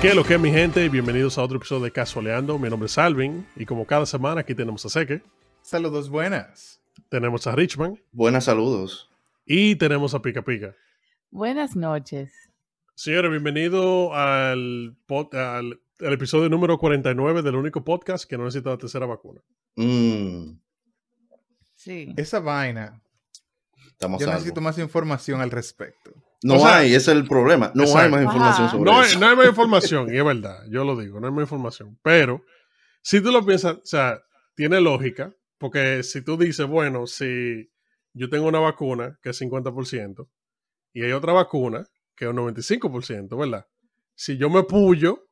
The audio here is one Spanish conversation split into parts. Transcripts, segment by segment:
¿Qué es lo que es, mi gente? Bienvenidos a otro episodio de Casualeando. Mi nombre es Alvin y como cada semana aquí tenemos a Seque, Saludos buenas. tenemos a Richman Buenas saludos. y tenemos a Pica Pica. Buenas noches. Señores, bienvenido al, pod- al, al episodio número 49 del único podcast que no necesita la tercera vacuna. Mm, Sí. Esa vaina. estamos Yo salvos. necesito más información al respecto. No o sea- hay, ese es el problema. No hay Exacto. más información Ajá. sobre No, hay- eso. no hay más información, y es verdad, yo lo digo, no hay más información. Pero si tú lo piensas, o sea, tiene lógica, porque si tú dices, bueno, si yo tengo una vacuna que es 50% y hay otra vacuna que es un 95%, ¿verdad? Si yo me puyo,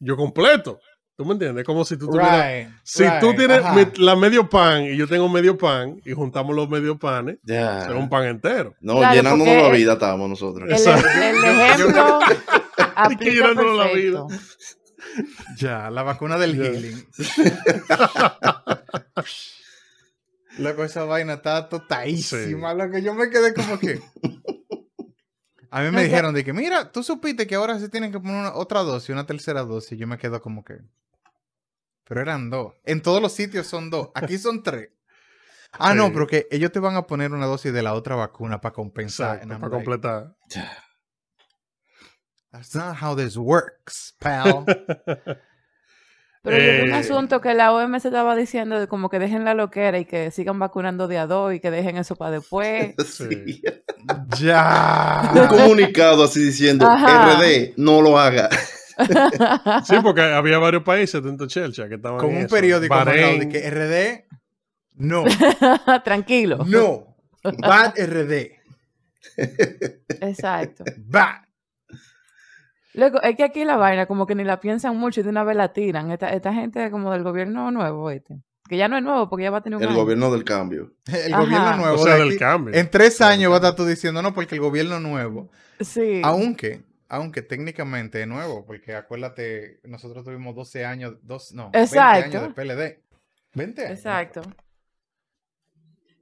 yo completo. ¿Tú me entiendes? Como si tú tuvieras... Si tú tienes me- la medio pan y yo tengo medio pan y juntamos los medio panes, Ya. es un pan entero. No, Claro, llenándonos porque- la vida estábamos nosotros. El, Exacto. el ejemplo aplica Tirándolo la perfecto. Ya, la vacuna del Ya. healing. Loco, esa vaina está totadísima. Lo que yo me quedé como que. A mí me No, dijeron de que, mira, tú supiste que ahora se tienen que poner una- otra dosis, una tercera dosis. Yo me quedo como que. Pero eran dos. En todos los sitios son dos. Aquí son tres. Ah, no, Sí. pero que ellos te van a poner una dosis de la otra vacuna para compensar. Exacto, And I'm para like, completar. That's not how this works, pal. Pero llegó un Eh, asunto que la OMS estaba diciendo de como que dejen la loquera y que sigan vacunando de a dos y que dejen eso para después. Sí. Un ya. comunicado así diciendo, Ajá. RD, no lo haga. Sí, porque había varios países dentro de Chelcha que estaban. Con en un eso. periódico mandado de Bahrein, que RD. No. Tranquilo. No. Bad RD. Exacto. Bad. Luego, es que aquí la vaina como que ni la piensan mucho y de una vez la tiran. Esta, esta gente como del gobierno nuevo, este. Que ya no es nuevo porque ya va a tener un El año. gobierno del cambio. El Ajá. gobierno nuevo. O sea, de del aquí, cambio. en tres años va a estar tú diciendo no, porque el gobierno nuevo. Sí. Aunque, aunque técnicamente es nuevo, porque acuérdate, nosotros tuvimos 12 años, dos, no, 20 Exacto. años de PLD. 20 años. Exacto.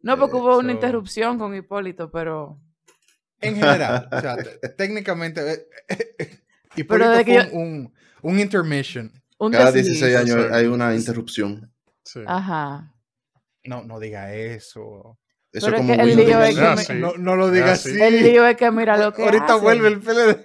No, porque hubo una Eso. interrupción con Hipólito, pero... En general, o sea, t- técnicamente. eh, y por Pero esto de que fue un, un, un intermission. Un Cada desliz. 16 años Exacto. hay una interrupción. Sí. Ah, Ajá. No, no diga eso. Eso Pero es es como que un el lío es interrupción. que- Ah, sí. No, no lo diga Ah, sí. así. El lío es que mira lo que Ahorita hacen. vuelve el PLD.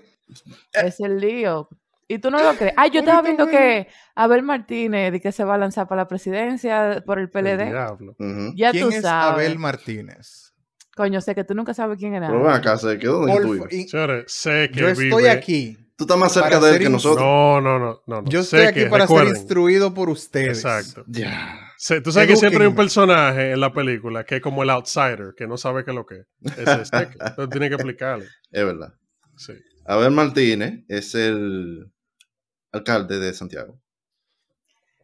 Es el lío. Y tú no lo crees. Ah, yo estaba viendo que Abel Martínez de que se va a lanzar para la presidencia por el El PLD. diablo. Ujú. Ya ¿Quién tú es sabes. Abel Martínez? Coño, sé que tú nunca sabes quién era. Pero ven acá, ¿de qué dónde Por tú fa- vives? y- Señores, sé que yo estoy vive- aquí. Tú estás más cerca Para de él ser que ins- nosotros. No, no, no, no. no. Yo Sé estoy aquí que, para recuerden. ser instruido por ustedes. Exacto. Ya. Sé- tú sabes que siempre hay un Edúquenme. personaje en la película que es como el outsider, que no sabe qué es lo que es. Ese es Seque. Entonces tiene que explicarle. Es verdad. Sí. Abel Martínez es el alcalde de Santiago.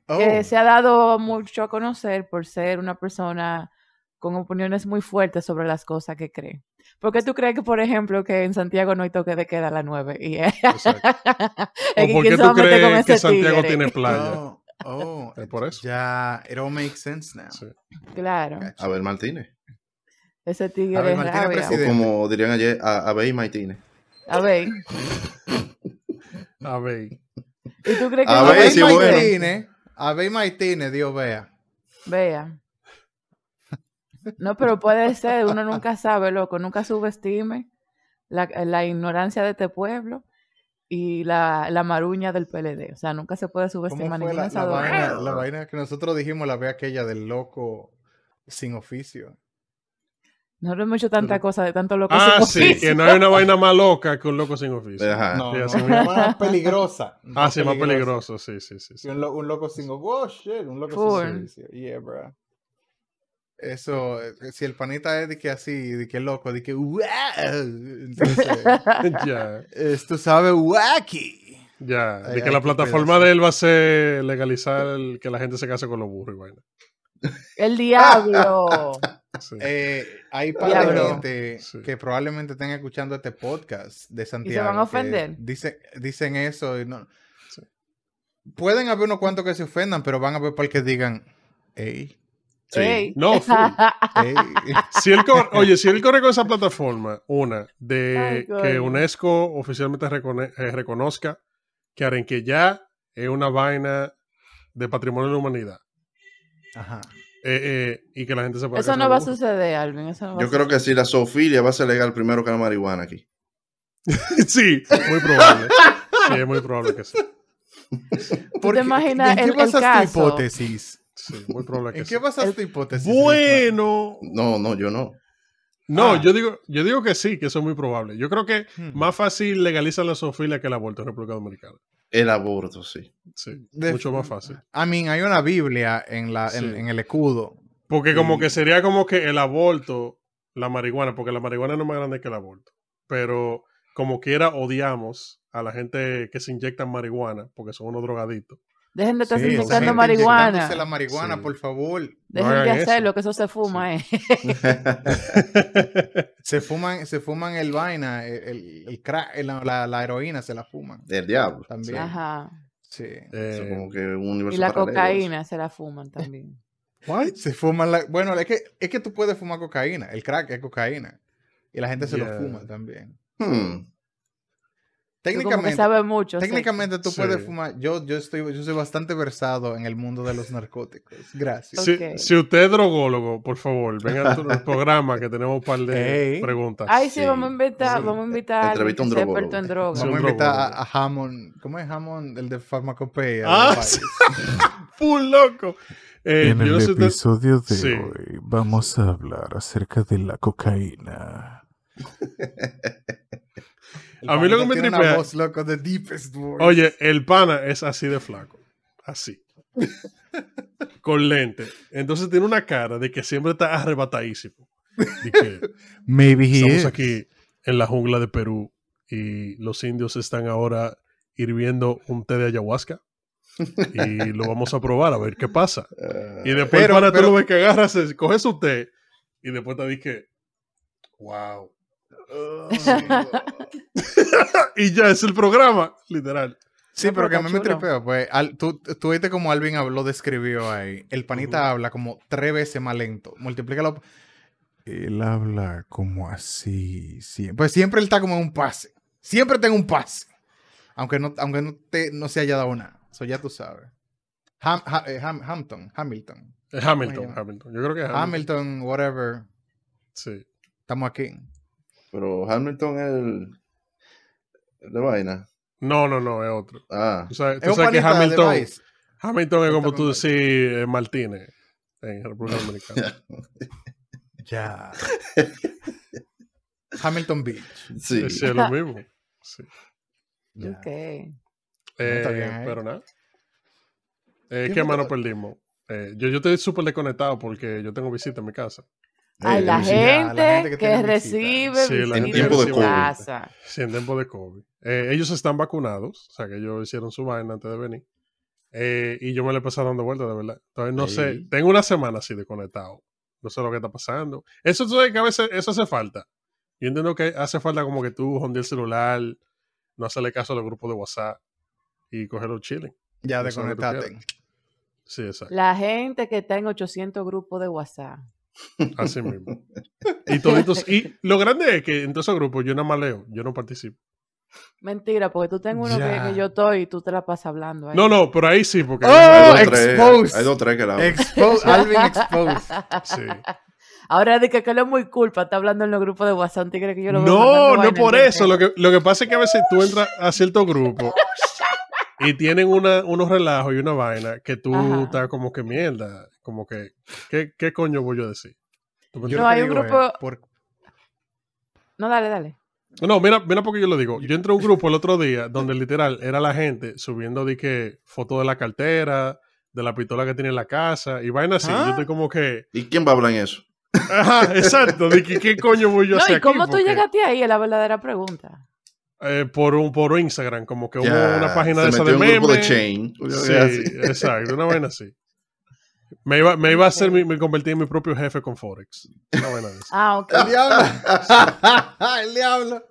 Oh, Que se ha dado mucho a conocer por ser una persona con opiniones muy fuertes sobre las cosas que cree. ¿Por qué tú crees que, por ejemplo, que en Santiago no hay toque de queda a las 9? Y es Exacto. ¿O es que por ¿quién qué se tú va a meter con crees que ese Santiago tigre? tiene playa? oh, oh, Es por eso. Ya, it all makes sense now. Sí. Claro, Gotcha. Abel Martínez. ese tigre Abel es Martínez, rabia. presidente. O como dirían ayer, a- Abel Martínez. A ver, A ver. ¿y tú crees que A no ver, hay sí, más bueno. gente? Martínez, Abel Martínez, Dios vea. Vea. No, pero puede ser, uno nunca sabe, loco, nunca subestime la, la ignorancia de este pueblo y la, la maruña del PLD. O sea, nunca Pues se puede ¿Cómo fue subestimar ninguna de la, la esas dos. vaina, la vaina que nosotros dijimos, la vez aquella del loco sin oficio? Nosotros hemos hecho tanta Ujú. cosa de tanto loco. Ah, sin sí, oficio. que no hay una vaina más loca que un loco sin oficio. Pues, Ajá. sí, así una vaina peligrosa. Ah, sí, más peligroso, sí, sí, sí. Sí, sí. Un, lo- un loco sin oh shit, un loco sin Full. servicio. Yeah, bro. Eso, eh, si el panita es de que así, de que loco, de que wow, entonces Ya. es, tú sabes wacky. Ya, de Ay, que ay, la qué plataforma pedazo. de él va a ser legalizar el que la gente se case con los burros y vaina. El diablo. Sí. Eh, hay para Diablo. gente Sí. que probablemente estén escuchando este podcast de Santiago. van a que ofender. Dicen, dicen eso y no. Sí. Pueden haber unos cuantos que se ofendan, pero van a haber para que digan, hey, Sí. Ey. No, full. hey. Si él corre- oye, si él corre con esa plataforma, una, de Ay, coño. que UNESCO oficialmente recone- eh, reconozca que Arenquillá es una vaina de patrimonio de la humanidad Ajá. eh, eh, y que la gente se pueda Eso casar no con va a burros. suceder, Alvin. Eso no va a Yo creo que si la zoofilia va a ser legal primero que la marihuana aquí. Sí, muy probable. Sí, es muy probable que sí. ¿Tú ¿Por te qué- imaginas ¿En el- qué el basas tu caso? hipótesis? Sí, muy probable que ¿En sí. qué basas tu hipótesis? Richman? Bueno, No, no, yo no. no, Ah. yo digo, yo digo que sí, que eso es muy probable. Yo creo que Hmm. más fácil legalizan la zoofilia que el aborto en República Dominicana. El aborto, sí. Sí, De- mucho más fácil. I mean, hay una Biblia en, la, en, Sí. en el escudo. Porque como Y- que sería como que el aborto, la marihuana, porque la marihuana no es más grande que el aborto. Pero como quiera odiamos a la gente que se inyecta marihuana porque son unos drogaditos. Dejen de estar Sí, esa inyectando gente marihuana. inyectándose la marihuana, Sí. por favor. Dejen No de hagan eso. hacerlo, que eso se fuma, eh. Se fuman, se fuman el vaina, el, el- el crack, el- la, la heroína se la fuman Del diablo. también. Ajá. Sí. Eso es como Eh, que un Y universo la paralelo, cocaína se la fuman también. Se fuman la. Bueno, es que, es que tú puedes fumar cocaína. El crack es cocaína. Y la gente se Yeah. lo fuma también. eso. Hmm. Tú como que Técnicamente, sabe mucho. sí. técnicamente tú Sí. puedes fumar. Yo, yo, estoy, yo soy bastante versado en el mundo de los narcóticos. Gracias. si, ok. si usted es drogólogo, por favor, venga al programa que tenemos un par de Ey. preguntas. Ay, sí, Sí. vamos a invitar, Sí. vamos a invitar a alguien Entrevista a un que sea drogólogo. experto en Vamos droga. Sí. a un invitar robo. a, a Hammond. ¿Cómo es Hammond? El de farmacopeia. Ah, Vaya. sí. Full loco. Eh, en yo no el sé usted- episodio de Sí. hoy vamos a hablar acerca de la cocaína. El A mí lo que Hammond me tiene una tripea- voz, loco, de deepest voice. Oye, el pana es así de flaco. Así. Con lente. Entonces tiene una cara de que siempre está arrebatadísimo. De que Maybe he estamos is. aquí en la jungla de Perú y los indios están ahora hirviendo un té de ayahuasca. Y lo vamos a probar a ver qué pasa. Ah, Y después Pero- el pana pero- tú lo ves que agarras, se- coge su té y después te dice, wow. oh, "Ah", y ya es el programa, literal. Sí, No, pero pero que a está mí me chulo. tripeo, pues, al- tú, tú viste como Alvin habló, describió ahí. El panita Ujú. habla como tres veces más lento. Multiplícalo. Él habla como así, siempre. Pues siempre él está como en un pase. Siempre tengo un pase. Aunque no, aunque no, te, no se haya dado nada. Eso ya tú sabes. Ham- Ha- eh, Ham- Hampton, Hamilton. Es Hamilton, Bueno. Hamilton. Yo creo que es Hamilton. Hamilton, whatever. Sí. Estamos aquí. Pero Hamilton es el... el de vaina. No, no, no, es otro. Ah, Tú sabes, tú Es un sabes que panita de Hamilton, Vice. Hamilton es Está como con tú Vice. decís eh, Martínez en República Dominicana. Ya. Hamilton Beach. sí. Sí, es lo mismo. Sí. Ya. Ok. Eh, está bien, ¿eh? Pero nada. Eh, ¿Qué ¿Qué me- mano perdimos? Eh, yo, yo estoy súper desconectado porque yo tengo visita en mi casa. Ay, Eh, la, sí. visita, gente la gente que que, tiene visita. recibe Sí, la visitas gente en que su recibe COVID. casa. Sí, en tiempo de COVID. Eh, ellos están vacunados, o sea que ellos hicieron su vaina antes de venir. Eh, y yo me le pasé dando vueltas, de verdad. Entonces, no sé, Sí. tengo una semana así desconectado. No sé lo que está pasando. Eso tú sabes que a veces eso hace falta. Yo entiendo que hace falta como que tú jondear el celular, no hacerle caso a los grupos de WhatsApp y coger los chilling. Ya Eso es lo que tú desconectaste. quieras. Sí, exacto. La gente que está en 800 grupos de WhatsApp. Así mismo. Y toditos. Y lo grande es que en todos esos grupos yo nada más leo, yo no participo. Mentira, porque tú tengo uno que, Ya. que yo estoy y tú te la pasas hablando ahí. No, no, pero ahí sí, porque. ¡Oh! Hay dos, tres, Exposed. hay dos, tres que la hablan. Expose, Alvin Expose. Sí. Ahora de que, que lo es muy culpa, está hablando en los grupos de WhatsApp, un tigre que yo lo veo mandando No, no vaina por en eso. Lo que, lo que pasa es que a veces tú entras a cierto grupo y tienen una, unos relajos y una vaina que tú Ajá. estás como que mierda. Como que, ¿qué, qué coño voy yo a decir? ¿Tú me Yo No, lo que hay un digo es, grupo- por- No, dale, dale. No, no, mira, mira porque yo lo digo. Yo entré a un grupo el otro día donde literal era la gente subiendo de que foto de la cartera, de la pistola que tiene en la casa y vaina así. ¿Ah? Yo estoy como que, ¿Y quién va a hablar en eso? ajá, exacto, de que qué coño voy yo a No, hacer ¿y cómo aquí? tú Porque- llegaste ahí? Es la verdadera pregunta. eh, por, un, por Instagram, como que hubo Ya, una página de se esa de metió en un grupo de memes. chain. Una Sí, vez así. exacto, una vaina así. Me iba, me iba a hacer, mi- me convertí en mi propio jefe con Forex. Una vaina de esa. Ah, ok. El diablo. el diablo.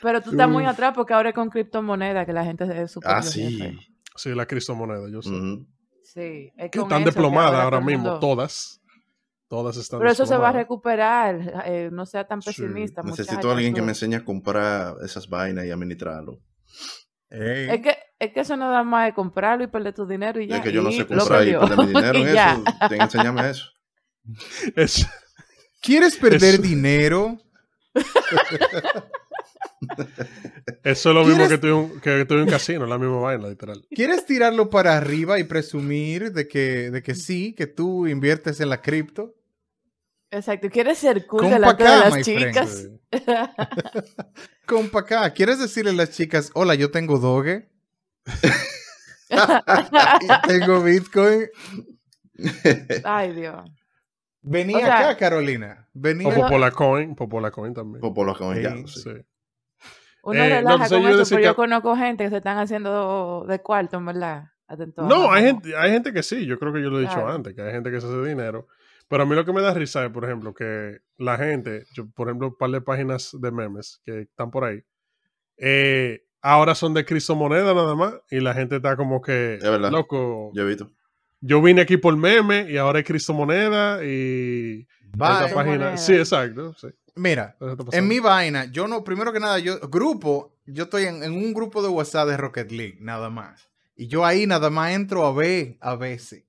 Pero tú estás muy Uf. atrás porque ahora es con criptomonedas que la gente es súper. Ah, jefe. sí. Sí, la criptomoneda, yo sé. Ujú. Sí. es Que con están eso deplomadas todo el ahora mismo, mundo- todas. Todas están Pero eso se va a desplomadas. recuperar. eh, no sea tan Sí, pesimista. Necesito muchacho, a alguien que eso- me enseñe a comprar esas vainas y administrarlo. Es que, es que eso nada más es comprarlo y perder tu dinero y ya. Ya que yo no y sé lo comprar y perdió. perder mi dinero en Y ya. eso, ten- enséñame eso. Es- ¿Quieres perder Eso- dinero? eso es lo mismo ¿Quieres- que tuve, un, que tuve un casino, la misma vaina, literal. ¿Quieres tirarlo para arriba y presumir de que, de que sí, que tú inviertes en la cripto? Exacto. Quieres ser cool Compa delante acá, de my las friend. chicas. Sí. Compa acá, ¿quieres decirle a las chicas, hola, yo tengo doge? y tengo Bitcoin. Ay, Dios. Vení O sea- acá, Carolina. Vení O Pero- Popola Coin, Popola Coin también. Por, por los comentarios, sí. Sí. Uno Eh, no, relaja entonces con yo eso, decía pero que- yo conozco gente que se están haciendo de cuarto, en verdad. Atento, No, ajá, hay como- gente, hay gente que sí, yo creo que yo lo he dicho Claro. antes, que hay gente que se hace dinero. Pero a mí lo que me da risa es, por ejemplo, que la gente, yo, por ejemplo, un par de páginas de memes que están por ahí, eh, ahora son de criptomoneda nada más, y la gente está como que, Es verdad. loco, yo, Yo he visto. vine aquí por meme y ahora es criptomoneda y esta Bye. página. Moneda. Sí, exacto. sí, eso Mira, está en pasando. mi vaina, yo no, primero que nada, yo, grupo, yo estoy en, en un grupo de WhatsApp de Rocket League, nada más. Y yo ahí nada más entro a ver, a veces.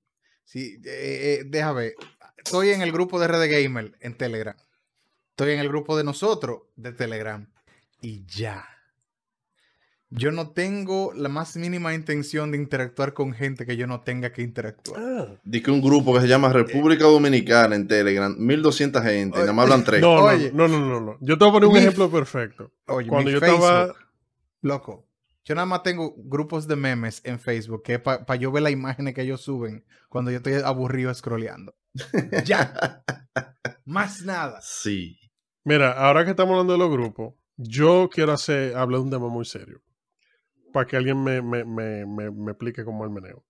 Sí, eh, eh, deja ver. Estoy en el grupo de Red Gamer en Telegram. Estoy en el grupo de nosotros de Telegram. Y ya. Yo no tengo la más mínima intención de interactuar con gente que yo no tenga que interactuar. Ah. Dice que un grupo que se llama República Dominicana en Telegram, 1200 gente, y nada más hablan tres. No, no, Oye. no, no, no, no. Yo te voy a poner un Mi- ejemplo perfecto. Oye, Cuando mi yo estaba... Facebook, Loco, yo nada más tengo grupos de memes en Facebook que es para yo ver las imágenes que ellos suben cuando yo estoy aburrido scrolleando. ya. Más nada. Sí. Mira, ahora que estamos hablando de los grupos, yo quiero hacer, hablar de un tema muy serio. Para que alguien me, me, me, me, me explique cómo es el meneo.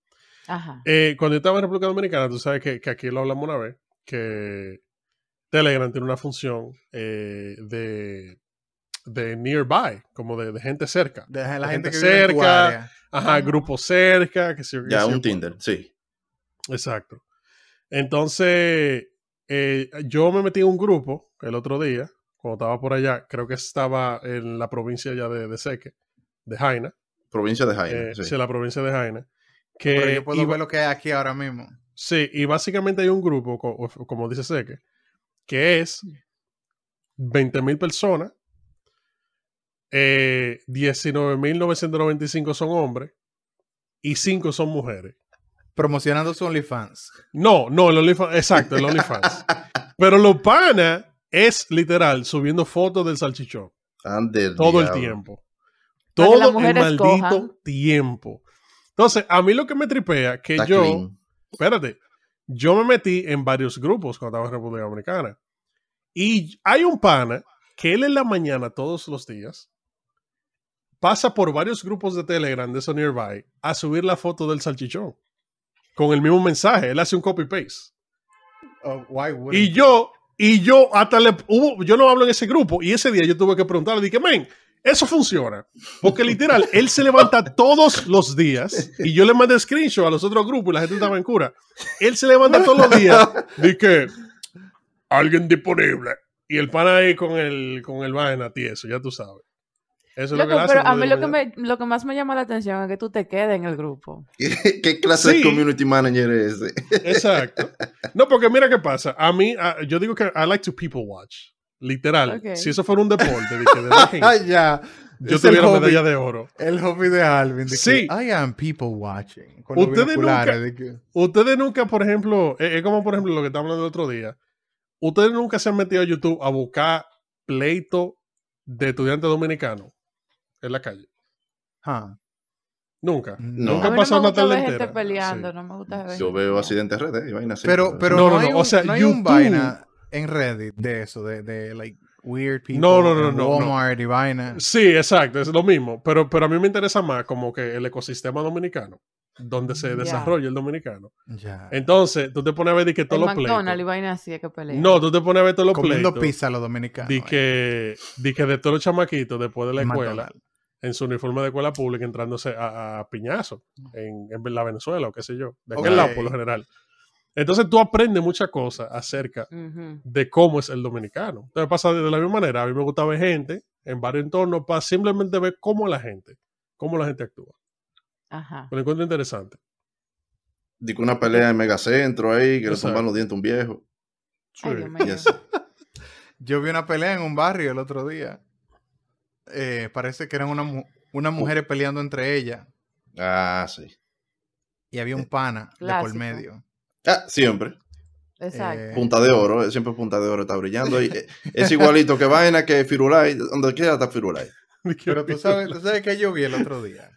Ajá. Eh, cuando yo estaba en República Dominicana, tú sabes que, que aquí lo hablamos una vez, que Telegram tiene una función eh, de, de nearby, como de, de gente cerca. Deja la La gente, gente que vive en tu cerca. área. Ajá, Ajá. grupos cerca, que si que Ya, si- un Tinder, sí. Exacto. Entonces, eh, yo me metí en un grupo el otro día, cuando estaba por allá, creo que estaba en la provincia ya de, de Seque, de Jaina, Provincia de Jaime. eh, sí. sí, la provincia de Jaina, Pero que yo puedo iba- ver lo que hay aquí ahora mismo. sí, y básicamente hay un grupo, co- o- como dice Seque, que es 20.000 personas, eh, 19.995 son hombres y 5 son mujeres. Promocionando su OnlyFans. No, no, el OnlyFans, exacto, el OnlyFans. Pero lo pana es literal subiendo fotos del salchichón Ande todo el diablo. tiempo. Para que las Todo el mujeres maldito cojan. tiempo. Entonces, a mí lo que me tripea que Está yo, clean. espérate, yo me metí en varios grupos cuando estaba en República Dominicana. Y hay un pana que él en la mañana todos los días pasa por varios grupos de Telegram de esos nearby a subir la foto del salchichón con el mismo mensaje. Él hace un copy paste. Oh, why wouldn't Y you? yo, y yo, hasta le hubo- yo no hablo en ese grupo, y ese día yo tuve que preguntarle, dije, men, eso funciona. Porque literal, él se levanta todos los días, y yo le mandé screenshot a los otros grupos y la gente estaba en cura. Él se levanta todos los días, dije, alguien disponible. Y el pana ahí con el, con el vaina tieso, ya tú sabes. Eso es lo que Loco, le hace pero a cuando mí yo lo que, me- me, lo que más me llama la atención es que tú te quedes en el grupo. ¿Qué, qué clase Sí. de community manager es ese? Exacto. No, porque mira qué pasa. A mí, a- yo digo que I like to people watch. Literal. Ok. Si eso fuera un deporte, dije, de la gente, Ah, ya. yo Es el tuviera hobby- medalla de oro. El hobby de Alvin. de que, Sí. I am people watching. Con los Ustedes binoculares, nunca- de que- Ustedes nunca, por ejemplo, es, es como por ejemplo lo que estábamos hablando el otro día. Ustedes nunca se han metido a YouTube a buscar pleito de estudiantes dominicanos en la calle. Ah, Nunca. no. Nunca A mí no pasado me una gusta tarde ver gente entera. peleando, Sí. no me gusta ver Yo gente veo peleando. accidentes redes y vainas así. Pero, pero No, no, no, hay no, un, o sea, no hay un YouTube. vaina en Reddit de eso, de, de like, weird people. No, no, no, en no, no. Walmart y vaina. Sí, exacto, es lo mismo. Pero, pero a mí me interesa más como que el ecosistema dominicano, donde se Ya. desarrolla el dominicano. Ya. Entonces, tú te pones a ver de que El todos los McDonald's y pleitos. vaina así es que pelea. No, tú te pones a ver todos los Comiendo pleitos. pizza eh. los dominicanos. Di que, di que de todos los chamaquitos después de la en escuela, McDonald's. en su uniforme de escuela pública, entrándose a, a piñazo en, en la Venezuela o qué sé yo, de aquel Ok. lado por lo general. Entonces tú aprendes muchas cosas acerca Ujú. de cómo es el dominicano. Entonces pasa de la misma manera. A mí me gusta ver gente en varios entornos para simplemente ver cómo es la gente, cómo la gente actúa. Ajá. Me lo encuentro interesante. Digo una pelea en megacentro ahí, que le Exacto. tumban los dientes a un viejo. Ay, Sí. Dios mío. Y así. Yo vi una pelea en un barrio el otro día. Eh, parece que eran una mu- unas mujeres peleando entre ellas. Ah, sí. Y había un Eh, pana de por Clásico. medio. Ah, siempre. Exacto. Eh, Punta de oro, eh, siempre punta de oro está brillando. y, eh, es igualito que vaina que Firulai, donde quiera está Firulai. Pero tú sabes, tú sabes que yo vi el otro día.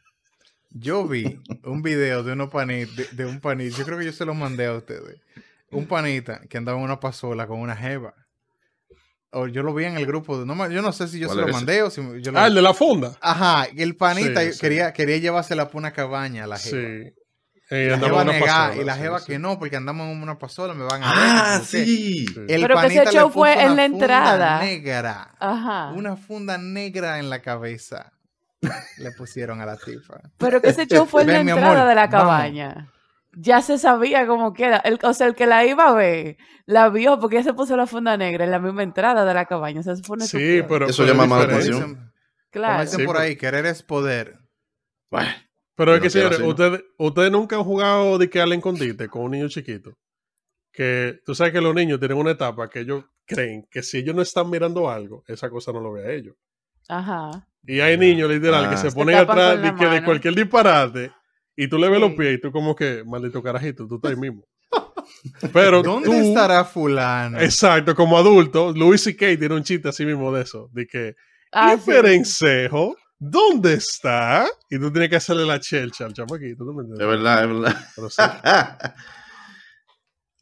Yo vi un video de unos panitas, de, de un panita, yo creo que yo se los mandé a ustedes. Un panita que andaba en una pasola con una jeva. O yo lo vi en el grupo, de- no, me- yo no sé si yo se ¿Cuál lo es ese? mandé o si me- yo lo- Ah, el de la funda. Ajá, y el panita Sí, sí. quería quería llevársela para una cabaña a la Sí. jeva. Eh, Y la andaba jeva una negá, pasola, y la sí, jeva sí. que no, porque andamos en una pasola, me van a ver. Ah, no sé qué. sí. Sí. El Pero que ese panita le show puso fue una en la funda entrada. Negra. Ajá. Una funda negra en la cabeza. Le pusieron a la tipa. Pero que ese show fue en la Ven, mi entrada amor, de la vamos. cabaña. Ya se sabía cómo queda. El, o sea, el que la iba a ver, la vio porque ya se puso la funda negra en la misma entrada de la cabaña. O sea, eso fue una Sí, estupidez. pero, Eso pero llama es más la Como diferente. atención. dicen, como Claro. dicen Sí, por pero- ahí, querer es poder. Bueno, Pero es Yo que, no quiero señores, así, ¿no? ustedes, ustedes nunca han jugado de que al escondite con un niño chiquito. Que tú sabes que los niños tienen una etapa que ellos creen que si ellos no están mirando algo, esa cosa no lo ve a ellos. Ajá. Y hay niños, literal, que Ah. se Se ponen tapan atrás con la de, que de mano. cualquier disparate y tú le ves los Sí. pies y tú como que, maldito carajito, tú estás ahí mismo. Pero ¿Dónde tú, estará fulano? exacto, como adulto, Luis y Kate tiene un chiste así mismo de eso, de que, Ah, ¿y sí. Perencejo? ¿Dónde está? Y tú tienes que hacerle la chelcha al chamaquito, ¿tú me de entiendes? verdad, de verdad. Pero sí. Ah.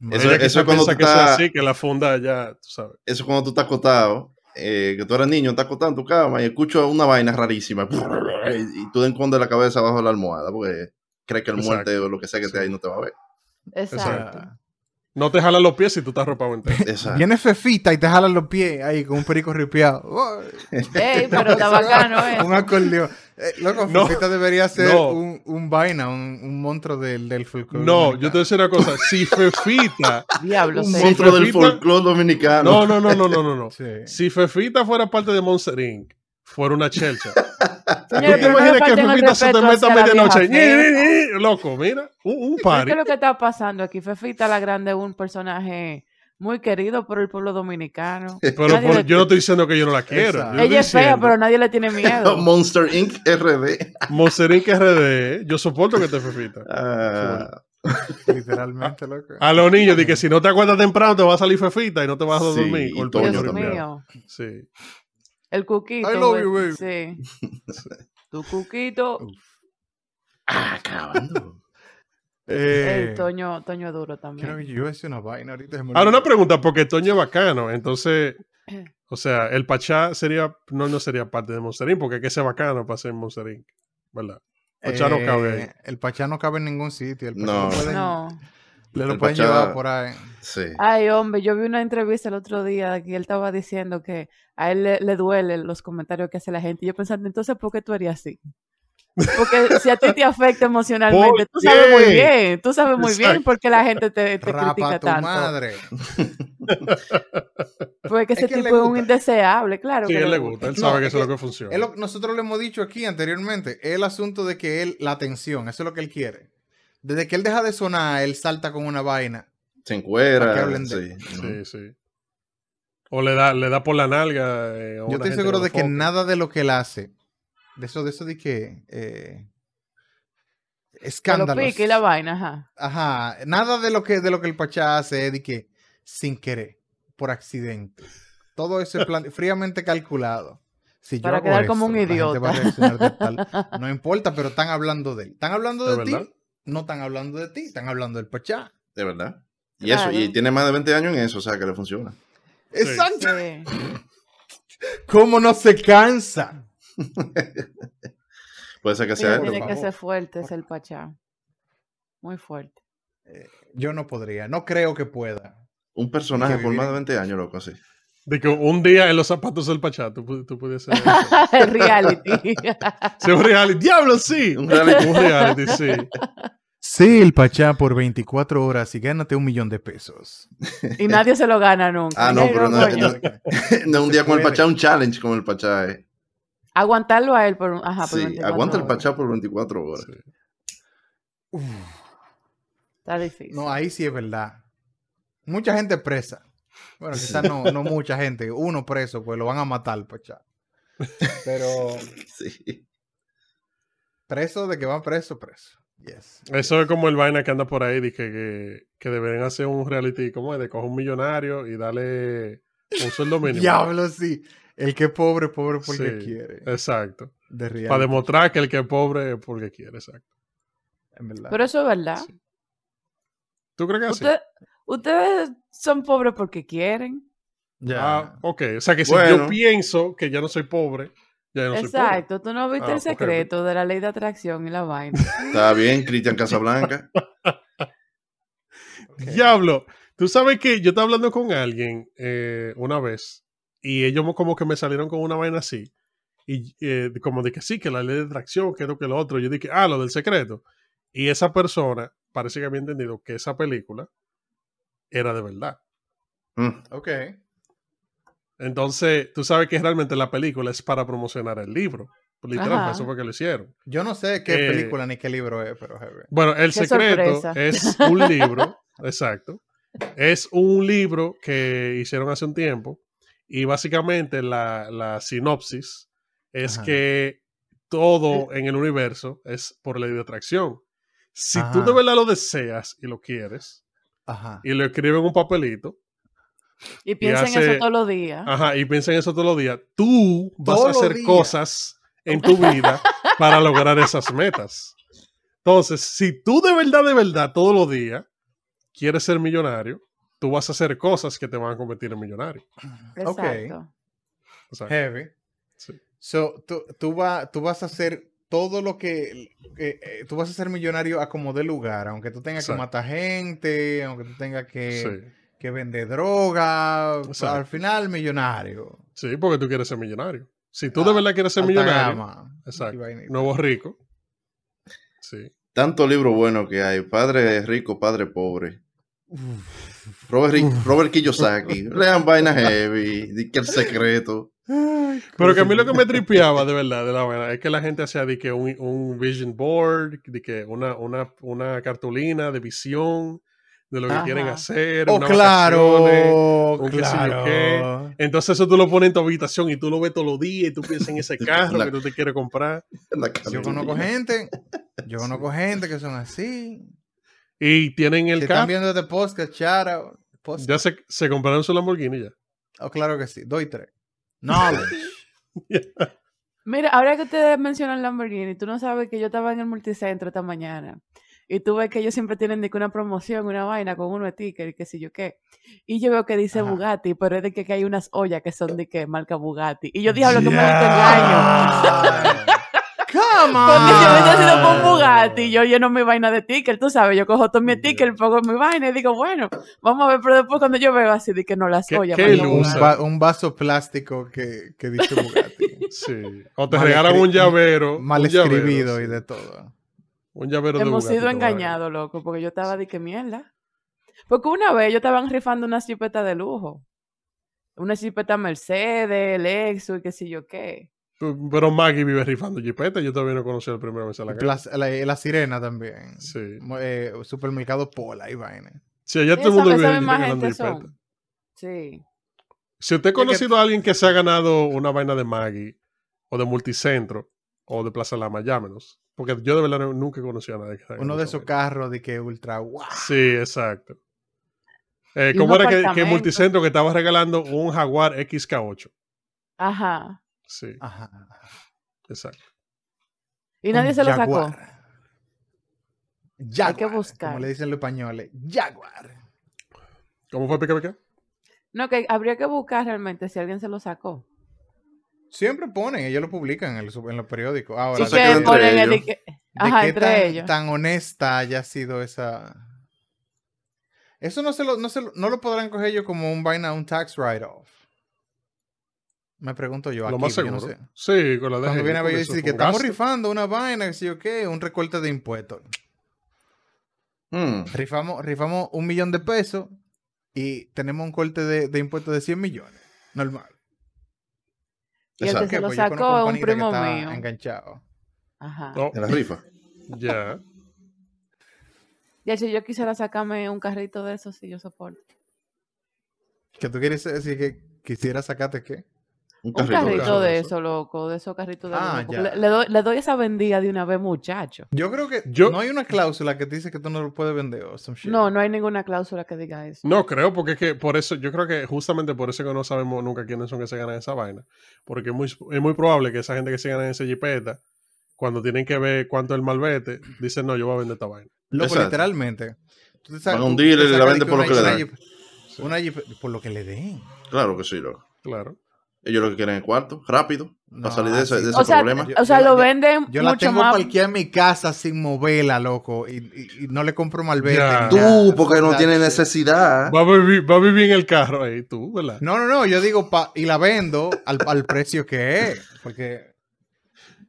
Madre, Eso- Ella quizá es cuando piensa tú que eso es estás- así, que la funda ya, tú sabes. Eso es cuando tú estás acotado, eh, que tú eras niño, estás acotado en tu cama y escucho una vaina rarísima. Y, y tú escondes la cabeza abajo de la almohada porque crees que el Exacto. muerte o lo que sea que esté ahí no te va a ver. o sea, Exacto. No te jalan los pies si tú estás ropado entero. Exacto. Viene Fefita y te jalan los pies ahí con un perico ripiado. Oh, Ey, pero está bacano, ¿eh? un acordeón. Eh, loco, No, Fefita debería ser no. un, un vaina, un, un monstruo del, del folclore. No, dominicano. yo te voy a decir una cosa. Si Fefita. Diablo, Un sí. monstruo. Dentro del Fefita- folclore dominicano. Ah, No, no, no, no, no, no. no. Sí. Si Fefita fuera parte de Monster Inc., fuera una chelcha. ¿Tú Señores, te pero no le imaginas que falten el Fefita se te respeto meta a hacia la medianoche? vieja fea. Ñi, ñi, ñi. Loco, mira, un, un ¿Qué party. es lo que está pasando aquí? Fefita la Grande es un personaje muy querido por el pueblo dominicano. Pero Nadie por- le- yo no estoy diciendo que yo no la quiero. Exacto. Yo estoy Ella es fea, diciendo, pero nadie le tiene miedo. Monster Inc. RD. Monster Inc. RD, yo soporto que esté Fefita. Ah, Literalmente, loco. A los niños, de que si no te acuerdas temprano, te va a salir Fefita y no te vas a Sí, dormir. con el Toño puño Dios también. golpeado. mío. Sí. El cuquito. I love güey. you, baby. Sí. Tu cuquito. ah, cabrón. Eh, Ey, Toño, Toño duro creo que también. yo hice una vaina ahorita. se me Ahora una olvidó. pregunta, porque Toño es bacano, entonces, Eh. o sea, el Pachá sería, no, no sería parte de Monster Inc, porque hay que ser bacano para ser Monster Inc, ¿verdad? Pachá no Eh, cabe ahí. El Pachá no cabe en ningún sitio. El Pachá No. lo pueden- No. Le lo El pueden Pachá- llevar por ahí. Sí. Ay, hombre, yo vi una entrevista el otro día que él estaba diciendo que a él le, le duelen los comentarios que hace la gente. Y yo pensando, entonces, ¿por qué tú harías así? Porque si a ti te afecta emocionalmente, tú sabes muy qué? bien, tú sabes muy bien Exacto. por qué la gente te, te Rapa critica tu tanto. madre. Porque ese que él le tipo es un gusta. indeseable, claro. Sí, que él le le gusta. gusta, él No, sabe que es eso es que- lo que funciona. Es lo- nosotros lo hemos dicho aquí anteriormente. El asunto de que él, la atención, eso es lo que él quiere. Desde que él deja de sonar, él salta con una vaina. Se Para que encuera. hablen de- Sí. Sí, sí. O le da, le da por la nalga. eh, a Yo una estoy gente seguro lo de que foca. nada de lo que él hace, de eso, de eso de que eh, Que lo escándalos. pique y la vaina, ajá. Ajá, nada de lo que de lo que el Pachá hace es de que sin querer, por accidente. Todo eso es plan- fríamente calculado. Si yo Para hago quedar esto, como un la gente idiota. va a reaccionar de tal. No importa, pero están hablando de él. ¿Están hablando ¿Es de ti? verdad? No están hablando de ti, están hablando del Pachá. De verdad. Y Claro. eso, y tiene más de 20 años en eso, o sea que le funciona. Exacto. Sí. ¿Cómo no se cansa? Puede ser que Ella sea Ella esto. tiene que favor. ser fuerte, es el pachá. Muy fuerte. Yo no podría, no creo que pueda. Un personaje que por más de vivir 20 años, loco, así. De que un día en los zapatos del Pachá tú, pu- tú pudieses. El reality. Sí, un reality. ¡Diablo, sí! Un reality. Un reality, sí. Sé el Pachá por 24 horas y gánate un millón de pesos. y nadie se lo gana nunca. Ah, no, pero no- Coño. no, un día con el puede. Pachá, un challenge con el Pachá. eh. Aguantarlo a él por un. Ajá, por sí, 24 aguanta el horas. Pachá por 24 horas. Sí. Uf, Está difícil. no, ahí sí es verdad. Mucha gente presa. Bueno, quizás no, no mucha gente, uno preso, pues lo van a matar, Pachá. Pero Sí. preso de que van preso, preso. Yes. Eso es como el vaina que anda por ahí, de que, que, que deberían hacer un reality, ¿cómo es? De coger un millonario y darle un sueldo mínimo. Diablo, sí. El que es pobre, pobre porque Sí. Eh, quiere. Exacto. De real, Para demostrar que el que es pobre es porque quiere, exacto. en verdad. Pero eso es verdad. Sí. ¿Tú crees que así? Usted- ustedes son pobres porque quieren. Ya. Ah, ok. O sea que si Bueno. yo pienso que ya no soy pobre, ya yo no soy pobre. Exacto. Tú no viste Ah, el ok, ok. secreto de la ley de atracción y la vaina. Está bien, Cristian Casablanca. ok. Diablo. Tú sabes que yo estaba hablando con alguien eh, una vez y ellos mo- como que me salieron con una vaina así. Y eh, como de que sí, que la ley de atracción, que esto, que lo otro. Yo dije, ah, lo del secreto. Y esa persona parece que había entendido que esa película era de verdad. Mm, Ok. Entonces, tú sabes que realmente la película es para promocionar el libro. Literal, Ajá. eso fue que lo hicieron. Yo no sé qué Eh, película ni qué libro es, pero jefe. Bueno, El Qué Secreto sorpresa. es un libro, exacto. Es un libro que hicieron hace un tiempo y básicamente la, la sinopsis es Ajá. que todo en el universo es por ley de atracción. Si tú Ajá. de verdad lo deseas y lo quieres Ajá. y lo escribes en un papelito, Y piensen hace- Ah, eso todos los días. Ajá, y piensa en eso todos los días. Tú Ah. vas Todos a los hacer días. cosas en tu vida para lograr esas metas. Entonces, si tú de verdad, de verdad, todos los días quieres ser millonario, tú vas a hacer cosas que te van a convertir en millonario. ok. Exacto. O sea, Heavy. Sí. So, tú, tú, va- tú vas a hacer todo lo que... eh, eh, tú vas a ser millonario a como de lugar, aunque tú tengas Exacto. que matar gente, aunque tú tengas que, sí, que vender droga. Exacto. Al final, millonario. sí, porque tú quieres ser millonario. Si tú de Ah, verdad quieres ser Alta millonario, gama. Exacto. Y vainita. nuevo rico. Sí. Tanto libro bueno que hay. Padre rico, padre pobre. Robert, Ri- Robert Kiyosaki. Lean vainas heavy. di Que el secreto. Pero que a mí lo que me tripeaba de verdad, de la verdad, es que la gente hacía de que un, un vision board, de que una, una, una cartulina de visión de lo que Ajá. quieren hacer. Oh, unas vacaciones. claro, un qué sé yo claro. Entonces eso tú lo pones en tu habitación y tú lo ves todos los días y tú piensas en ese carro La- que tú te quieres comprar. La Yo cartulina. conozco gente, yo conozco gente que son así. Y tienen Si el están carro. viendo este podcast, chara, podcast. Ya se, se compraron su Lamborghini ya. Oh, claro que sí, doy tres. Knowledge. Mira, ahora que ustedes mencionan Lamborghini, tú no sabes que yo estaba en el multicentro esta mañana y tú ves que ellos siempre tienen de que una promoción, una vaina con uno de ticker y qué sé yo qué. Y yo veo que dice Ajá. Bugatti, pero es de que, que hay unas ollas que son de que marca Bugatti. Y yo dije, hablo que me gusta el año. Come on. Porque si Ah. hubiese sido con Bugatti, yo lleno mi vaina de ticker, tú sabes, yo cojo todo mi Ya. ticker, pongo mi vaina y digo, bueno, vamos a ver, pero después cuando yo veo así, de que no las Qué- ollas. qué marca un, ilusa. Bugatti. va- un vaso plástico que, que dice Bugatti. Sí. O te Mal regalan escri- un llavero. Mal un llavero, escribido sí. y de todo. Un llavero de Hemos Bugatti sido te van a dar. engañados, loco, porque yo estaba de que mierda. Porque una vez yo estaban rifando una chipeta de lujo. Una chipeta Mercedes, Lexus y qué sé yo qué. Tú- Pero Maggie vive rifando jipeta. Yo todavía no conocí la primera vez a la La, cara. la- la sirena también. Sí. Mo- eh, supermercado Pola y vaina. Sí, allá todo el Esa- mundo esa vive misma regalando gente son. jipeta. Sí. Si usted ha que- conocido a alguien que se ha ganado una vaina de Maggie, o de Multicentro, o de Plaza Lama, llámenos. Porque yo de verdad no- nunca conocí a nadie que se haya Uno ganado de esa esos vaina. carros de que ultra guau. Sí, exacto. Eh, Y ¿Cómo un era que- que, apartamento. Multicentro que estaba regalando un Jaguar XK8? Ajá. Sí, Ajá. exacto. Y nadie Un se lo sacó. jaguar. Jaguar, que buscar. Como le dicen los españoles, Jaguar. ¿Cómo fue, Pica Pica? No, que habría que buscar realmente si alguien se lo sacó. Siempre ponen, ellos lo publican en, el- en los periódicos. Ahora, Y se queda que ¿de, entre ponen el... ellos. y que- de Ajá, qué entre tan, ellos. tan honesta haya sido esa... Eso no, se lo, no, se lo, no lo podrán coger ellos como un vaina, un tax write-off. Me pregunto yo. Lo aquí, más yo no seguro. sé. Sí, con la de Pues Cuando Henry, viene a ver y porque eso dice fue que un estamos gasto. rifando una vaina, que sí o qué, un recorte de impuestos. Hmm. Rifamos, rifamos un millón de pesos y tenemos un corte de, de impuestos de 100 millones. Normal. Y el ¿Qué? Exacto. que se lo Pues yo conozco sacó es un panita que primo está mío. enganchado. Ajá. No, En la rifa. Oh, ya. Ya, si yo quisiera sacarme un carrito de esos, si yo soporto. ¿Que tú quieres decir que quisiera sacarte qué? Un Un carrito. de carrito de eso. eso, loco, de esos carritos de Ah, lujo. ya. Le, le doy, le doy esa vendida de una vez, muchacho. Yo creo que Yo- no hay una cláusula que te dice que tú no lo puedes vender o some shit. No, no hay ninguna cláusula que diga eso. No creo, porque es que por eso, yo creo que justamente por eso es que no sabemos nunca quiénes son que se ganan esa vaina. Porque es muy, es muy probable que esa gente que se gana esa jipeta, cuando tienen que ver cuánto es el malvete, dicen, no, yo voy a vender esta vaina. Loco, Exacto. literalmente. Tú te sa- Van a un tú- dealer te y la sacas de venden que por lo una- que le una dan. Jeep- Una Jeep- por lo que le den. Claro que sí, loco. Claro. Ellos lo que quieren es cuarto, rápido, No, para salir de ese, así- de ese O sea, problema. yo- o sea, yo- lo yo- venden Yo la mucho tengo más. parqueada en mi casa sin moverla, loco. Y, y- y no le compro malvete. Ya. ni nada. Tú, porque no That tienes shit. Ah. necesidad. Va a vivir, va a vivir en el carro ahí, tú, ¿verdad? No, no, no. Yo digo, pa- y la vendo al, al precio que es. Porque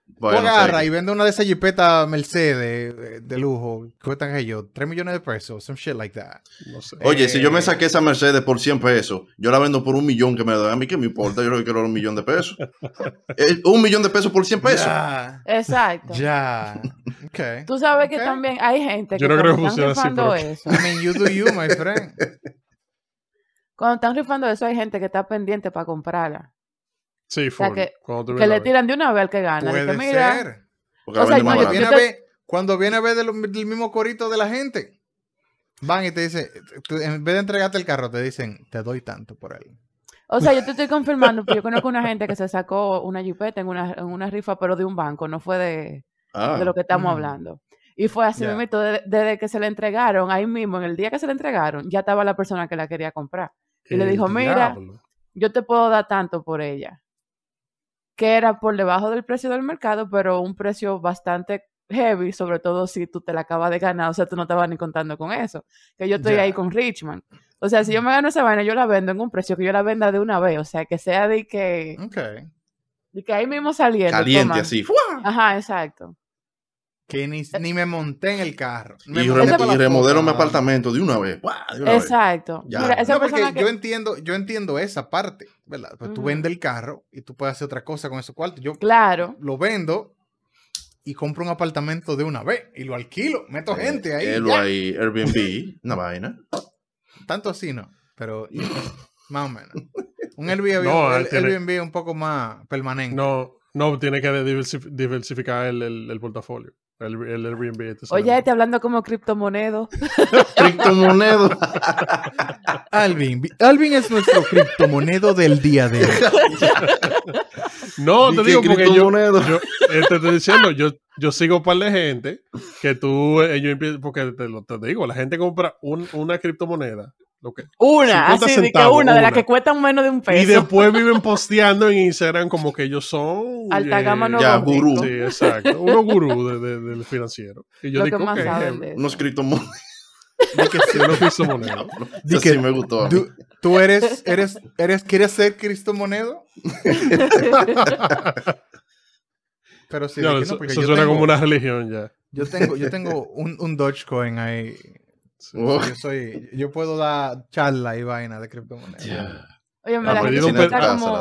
tú Bueno, agarras sí. y vende una de esas jipetas Mercedes eh, de, lujo. que cuestan que yo? 3 millones de pesos. Some shit like that. No sé. Oye, si yo me Eh. saqué esa Mercedes por 100 pesos, yo la vendo por un millón que me da. A mí que me importa, yo lo que quiero es un millón de pesos. Eh, un millón de pesos por 100 pesos. Ya. Exacto. Ya. Ok. Tú sabes que Ok. también hay gente que Yo no creo cuando que están funcione así, rifando pero- eso, I mean, you do you, my friend. cuando están rifando eso hay gente que está pendiente para comprarla, Sí, sea, full. que- Cuando tú ves que la le vaina. tiran de una vez al que gana. de que, Puede mira, ser. Porque o la sea, vende más no, yo- Cuando viene, barata. te- a ver, cuando viene a ver de lo- del mismo corito de la gente, van y te dicen, tú- en vez de entregarte el carro, te dicen, te doy tanto por él. o sea, yo te estoy confirmando, porque yo conozco una gente que se sacó una jipeta en una, en una rifa, pero de un banco, no fue de, Ah, de lo que estamos Mm. hablando. Y fue así Ya. mismo, desde, que se la entregaron, ahí mismo, en el día que se la entregaron, ya estaba la persona que la quería comprar. Y le El dijo, mira, diablo. yo te puedo dar tanto por ella. Que era por debajo del precio del mercado, pero un precio bastante heavy, sobre todo si tú te la acabas de ganar, o sea, tú no estabas ni contando con eso. Que yo estoy Ya. ahí con Richman. O sea, si yo me gano esa vaina, yo la vendo en un precio que yo la venda de una vez, o sea, que sea de que, Ok. de que ahí mismo saliendo. caliente toma. así. ¡fua! Ajá, exacto. Que ni, ni me monté en el carro. Y, Me remo- monté esa- para y la remodelo foto, mi nada más. apartamento de una vez. ¡fua! De una vez. Exacto. Ya. Mira, esa No, porque persona que... yo entiendo, yo entiendo esa parte, ¿verdad? Pues tú Ujú. vendes el carro y tú puedes hacer otra cosa con ese cuarto. Yo Claro. lo vendo y compro un apartamento de una vez y lo alquilo, meto gente ahí. Elo ya. Eh, ahí, Airbnb, una vaina. Tanto así no, pero más o menos. Un Airbnb, No, ah, el- tiene- Airbnb un poco más permanente. No, no, tiene que diversif- diversificar el, el- el portafolio. El, el Airbnb. este es el- Oye, te hablando como criptomonedo. Criptomonedas. Alvin, vi- Alvin es nuestro criptomonedo del día de hoy. este- No, te Dije digo porque yo, criptomonedas. yo, eh, te estoy diciendo, yo, yo sigo un par de gente que tú, eh, ellos empiezan, porque te, lo- te digo, la gente compra un- una criptomoneda lo que, Una, 50 así de que centavos, una, de las una. que cuestan menos de un y peso. después viven posteando en Instagram como que ellos son... Alta eh, gama no ya, los gurú. ricos. Sí, exacto. Uno gurú de- de- del financiero. Y yo Lo digo, que más ok, saben heavy. de eso. Unos criptomonedas. Di que sí. Unos criptomonedas. Di Eso sí que- me gustó. a mí. Tú, tú eres, eres, eres, ¿quieres ser criptomonedo? Pero sí, Ya, di que eso no, porque eso yo suena tengo- como una religión ya. Yo tengo, yo tengo un, un Dogecoin ahí. Oh, Yo soy, yo puedo dar charla y vaina de criptomonedas. ya. Oye, Ah, me la pues, gente dieron está per- ah, como...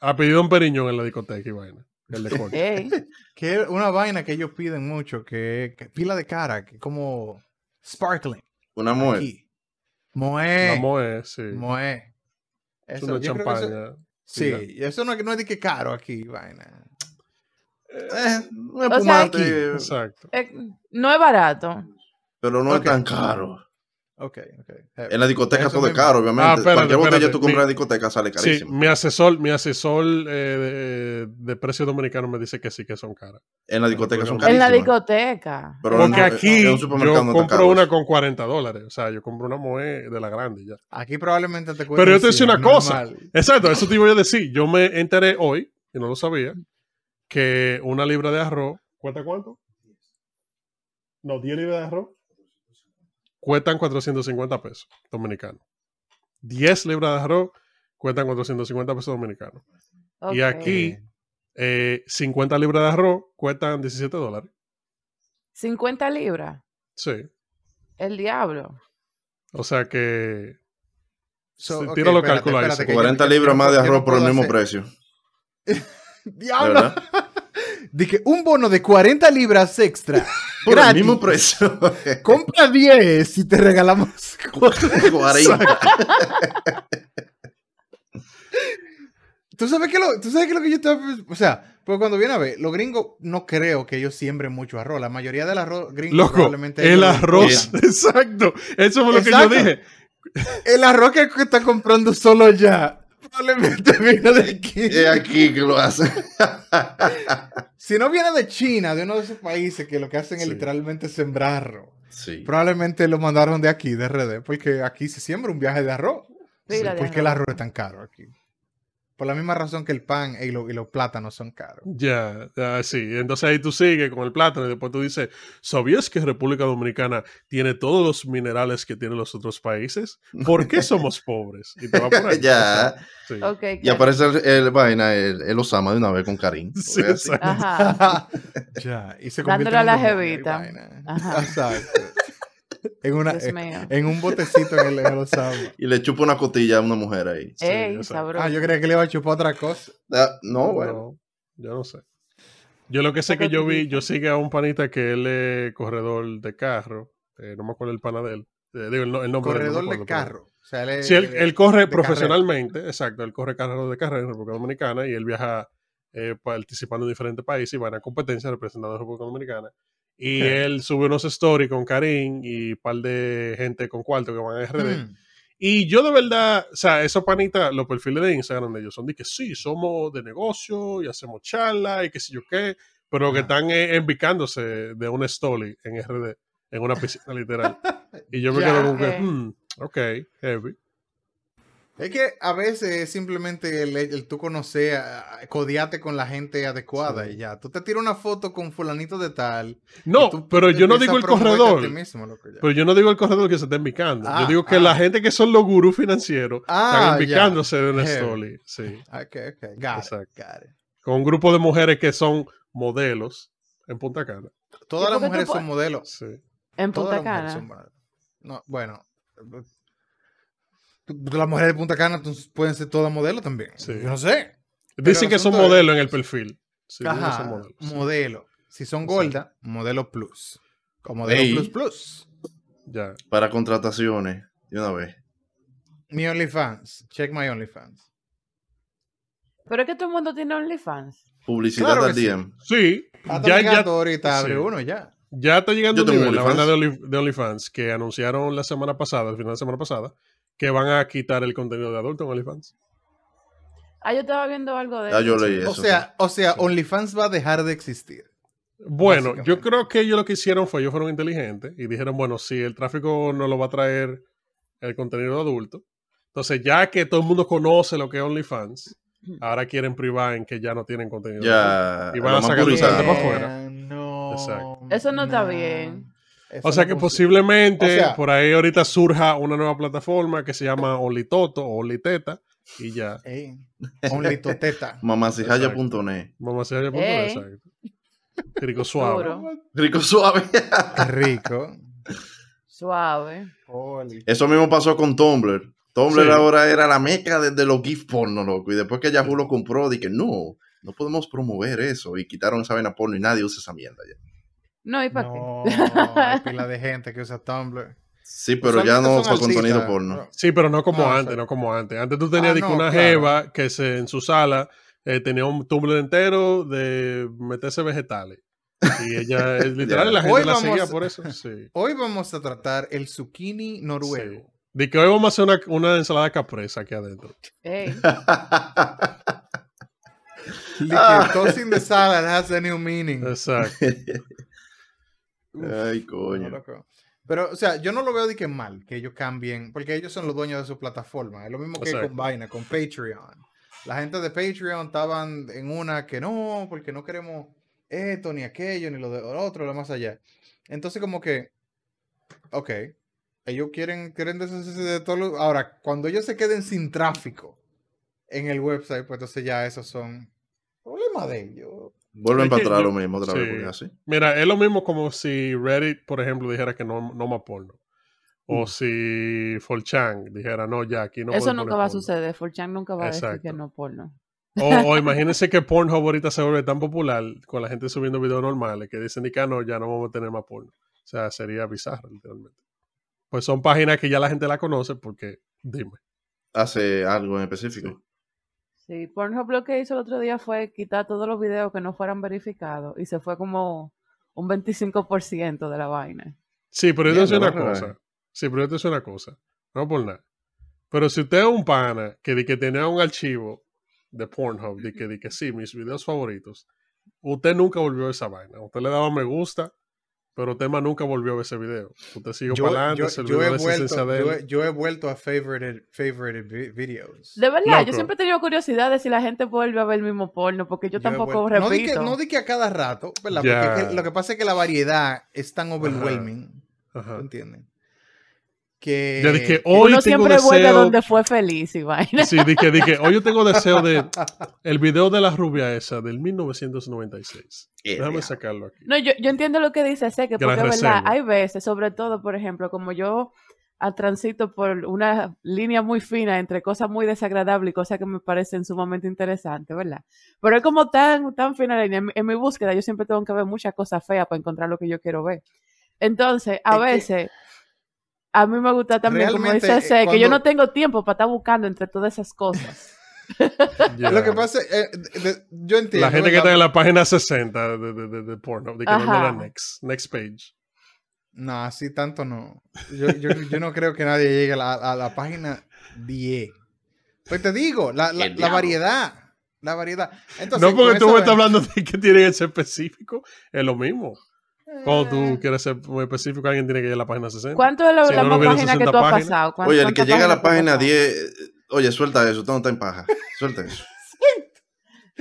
Ha pedido un periñón en la discoteca y vaina. El de corte. Ey, Que es una vaina que ellos piden mucho, que, que pila de cara, que como sparkling. Una mujer. Aquí. Moe. La Moe, sí. Eh. Moe. es Eso, una yo creo que eso- champaña. sí, ya. y eso no, no es de que caro aquí, vaina. Eh, un sea, espumante, Exacto. eh, no es barato. pero no Ok. es tan caro. Ok, ok. En la discoteca Eso todo es mismo. caro, obviamente. Ah, espérate, Cualquier botella espérate, tú compras en la sí. discoteca sale Sí, carísimo. mi asesor, mi asesor eh, de, de precios dominicanos me dice que sí que son caras. En la discoteca son En la En la carísimas. discoteca. Pero Porque en- aquí en un yo supermercado no está compro caro una eso. con 40 dólares. O sea, yo compro una moe de la grande y ya. Aquí probablemente te cuesta Pero yo un te decía cien, una cosa. normal. Exacto, eso te iba yo a decir. Yo me enteré hoy y no lo sabía, que una libra de arroz, ¿cuesta cuánto? No, 10 libras de arroz cuestan 450 pesos dominicanos. 10 libras de arroz cuestan 450 pesos dominicanos. Y Ok. aquí, eh, 50 libras de arroz cuestan 17 dólares. 50 libras. Sí. El diablo. O sea que So, si ok, tiro los espérate, cálculos ahí, espérate, se que yo- 40 yo- yo libras no más de puedo- yo no arroz por el puedo mismo hacer- precio. ¡Diablo! Ah, ¿Verdad? Dije, un bono de 40 libras extra. Por el mismo Gratis. precio. Compra 10 y te regalamos. cuatro. 40. ¿Tú sabes que lo, tú sabes que lo que yo estaba... pens- O sea, pues cuando viene a ver, los gringos no creo que ellos siembren mucho arroz. La mayoría del arroz gringo Loco, probablemente... el ellos- arroz, exacto. Eso fue lo Exacto. que yo dije. El arroz que está comprando solo ya probablemente viene de aquí. Es aquí que lo hacen. Si no viene de China, de uno de esos países que lo que hacen es Sí. literalmente sembrar arroz. Sí. Probablemente lo mandaron de aquí, de RD, porque aquí se siembra un viaje de arroz. Pila de porque el arroz. arroz es tan caro aquí. Por la misma razón que el pan y, lo- y los plátanos son caros. Ya, ya, sí. Entonces ahí tú sigues con el plátano y después tú dices, ¿sabías que República Dominicana tiene todos los minerales que tienen los otros países? ¿Por qué somos pobres? Y te va por ahí. pues, Ya. Sí. Ok. Y aparece el, el vaina, el, el Osama de una vez con Karim. Sí, Porque así- exacto. Ajá. ya, y se Ah. Dándole convierte en a un la demonio y jevita. vaina. Ajá. Exacto. En, una, eh, Dios mío. en un botecito en el, en el Osama. y le chupa una cotilla a una mujer ahí. sí, Ey, o sea, sabroso. Ah, yo creía que le iba a chupar otra cosa. Ah, no, bueno. No, yo no sé. Yo lo que sé Poco que yo vi, utilizan. yo sigo a un panita que él es corredor de carro. eh, no me acuerdo el pana de él. Eh, digo, el, no- el nombre de él, no me Corredor de acuerdo, pero- carro. O sea, él, es- Sí, él, él- él corre de profesionalmente, exacto, él corre carreras de carrera en República Dominicana y él viaja eh, participando en diferentes países y van a competencias representando a República Dominicana. Y Ok. él sube unos stories con Karim y un par de gente con cuarto que van a RD. Mm. Y yo de verdad, o sea, esos panitas, los perfiles de Instagram de ellos son de que sí, somos de negocio y hacemos charlas y qué sé yo qué, pero que Ajá. están eh, envicándose de un story en RD, en una piscina literal. Y yo me Ya. eh. quedo como que, Ok. hmm, ok, heavy. Es que a veces es simplemente el, el tú conocer, a- a- codiarte con la gente adecuada Sí. y ya. Tú te tiras una foto con fulanito de tal. y No, tú pero yo no empiezas digo a el promoverte a corredor. ti mismo, loco, ya. Pero yo no digo el corredor que se está envicando. Ah, yo digo que ah. la gente que son los gurús financieros Ah, están ya. envicándose de una Heavy. story. Sí. Ok, ok. Got it, Exacto. got it. Con un grupo de mujeres que son modelos en Punta Cana. Todas las ¿Y por qué tú mujeres son po- modelos. Sí. En Todas Punta las mujeres son Cana. modelos. No, bueno. Las mujeres de Punta Cana tú- pueden ser todas modelos también. Sí. Yo no sé. Pero Dicen el que son asunto es- modelos en el perfil. Sí, dicen que Ajá, Mm. son modelos. sí. modelo. Si son Exacto. gorda, modelo plus. O modelo Ey. plus plus. Ya. Para contrataciones, de una vez. Mi OnlyFans. Check my OnlyFans. Pero es que todo el mundo tiene OnlyFans. Publicidad Claro al que sí. DM. Sí, Hasta ya, ya, ya, ahorita abre sí. uno ya. ya está llegando Yo un tengo nivel la banda OnlyFans. de, Only- de OnlyFans que anunciaron la semana pasada, al final de la semana pasada, que van a quitar el contenido de adulto en OnlyFans. Ah, yo estaba viendo algo de Ya eso. yo leí eso. O sea, o sea, Sí. OnlyFans va a dejar de existir. Bueno, yo Básicamente. creo que ellos lo que hicieron fue, ellos fueron inteligentes y dijeron, bueno, si el tráfico no lo va a traer el contenido adulto, entonces ya que todo el mundo conoce lo que es OnlyFans, ahora quieren privar en que ya no tienen contenido. adulto. Ya. Y van a lo más sacar un publicitado. salto para afuera. Eh, No. Exacto. Eso no está bien. Eso O sea no que func- posiblemente O sea- por ahí ahorita surja una nueva plataforma que se llama OnlyToto o OnlyTeta y ya. Ey, OnlyToteta. Mamacijaya.net. Vamos a hacer el punto Ey. exacto. Rico suave. Duro, Rico suave. Qué rico. suave. Holy. Eso mismo pasó con Tumblr. Tumblr Sí. ahora era la meca de, de los GIF porno, loco. Y después que Yahoo lo compró, dije, no, no podemos promover eso. Y quitaron esa vaina porno y nadie usa esa mierda ya. No, ¿y para qué? No, hay pila de gente que usa Tumblr. Sí, pero ya Usualmente no son para contenido artistas, porno. Sí, pero no como Ah, antes, sí. no como antes. Antes tú tenías Ah, de que no, una claro. jeva que se, en su sala eh, tenía un tumbler entero de meterse vegetales. Y ella, eh, literal, Ya. la gente Hoy la vamos- seguía por eso. Sí. Hoy vamos a tratar el zucchini noruego. De que hoy vamos a hacer una, una ensalada capresa aquí adentro. Ey, Ah. Liquid tossing the salad has a new meaning. Exacto. Ay, No, coño. loco. Pero, o sea, yo no lo veo de que mal que ellos cambien, porque ellos son los dueños de su plataforma. Es lo mismo que Exacto. con Vaina, con Patreon. la gente de Patreon estaban en una que no, porque no queremos esto, ni aquello, ni lo de lo otro, lo más allá. Entonces, como que, ok, ellos quieren, quieren deshacerse de todo. lo- Ahora, cuando ellos se queden sin tráfico en el website, pues entonces ya esos son problemas de ellos. Vuelven Es para que atrás yo- lo mismo otra vez, sí. porque así. Mira, es lo mismo como si Reddit, por ejemplo, dijera que no, no más porno. O si Forchan dijera, no, ya, aquí no Mm. Eso pueden nunca poner va a porno". suceder. Forchan nunca va a decir Exacto. que no porno. O, o imagínense que Pornhub ahorita se vuelve tan popular con la gente subiendo videos normales que dicen, "Nica, no, ya no vamos a tener más porno. O sea, sería bizarro, literalmente. Pues son páginas que ya la gente la conoce porque, dime. Hace algo en específico. Sí, Pornhub lo que hizo el otro día fue quitar todos los videos que no fueran verificados y se fue como un 25% de la vaina. Sí, pero yo te voy a decir Mierda, una no, cosa. eh. no. Sí, pero yo te voy a decir una cosa. No por nada. Pero si usted es un pana que, di que tenía un archivo de Pornhub, de que, di que sí, mis videos favoritos, usted nunca volvió a esa vaina. Usted le daba me gusta, pero tema nunca volvió a ver ese video. Usted siguió Yo, para adelante, yo- se yo olvidó de he la existencia vuelto, de él. yo, he- yo he vuelto a favorited, favorited vi- videos. De verdad, Loco. yo siempre he tenido curiosidad de si la gente vuelve a ver el mismo porno, porque yo he tampoco vuelto- no di, que, repito. no di que a cada rato, ¿verdad? Ya. Porque es que lo que pasa es que la variedad es tan overwhelming, ¿tú Ajá. entiendes? Que... Ya dije, que- "Oh, hoy Uno tengo siempre vuelve a deseo- donde fue feliz y vaina. Sí, dije, dije, hoy yo tengo deseo de el video de la rubia esa del 1996. Eh, Déjame ya. sacarlo aquí. No, yo, yo entiendo lo que dice sé que Que las porque es verdad, reservo. hay veces, sobre todo, por ejemplo, como yo a transito por una línea muy fina entre cosas muy desagradables y cosas que me parecen sumamente interesantes, ¿verdad? Pero es como tan, tan fina la línea. En, mi- en mi búsqueda yo siempre tengo que ver muchas cosas feas para encontrar lo que yo quiero ver. Entonces, Es a que- veces, a mí me gusta también, como Realmente, dice eh, sé que cuando- yo no tengo tiempo para estar buscando entre todas esas cosas. Ya. Lo que pasa eh, de- de- yo entiendo. La gente que ¿verdad? está en la página 60 de, de, de, de Pornhub, de que no Ajá. la next, next page. No, así tanto no. Yo, yo, yo no creo que nadie llegue a la, a la página 10. Pues te digo, la, la, El la diablo. variedad. La variedad. Entonces, No con porque tú eso me de- estás hablando de que tiene que ser específico, es lo mismo. Cuando Mm. tú quieres ser muy específico, alguien tiene que ir a la página 60. ¿Cuánto es la, Si la no, no más hubiera página que 60 tú has páginas. pasado? ¿Cuán- Oye, el que cuántas llega a la páginas página tú has pasado? 10, eh, oye, suelta eso, tú no estás en paja. Suelta eso. El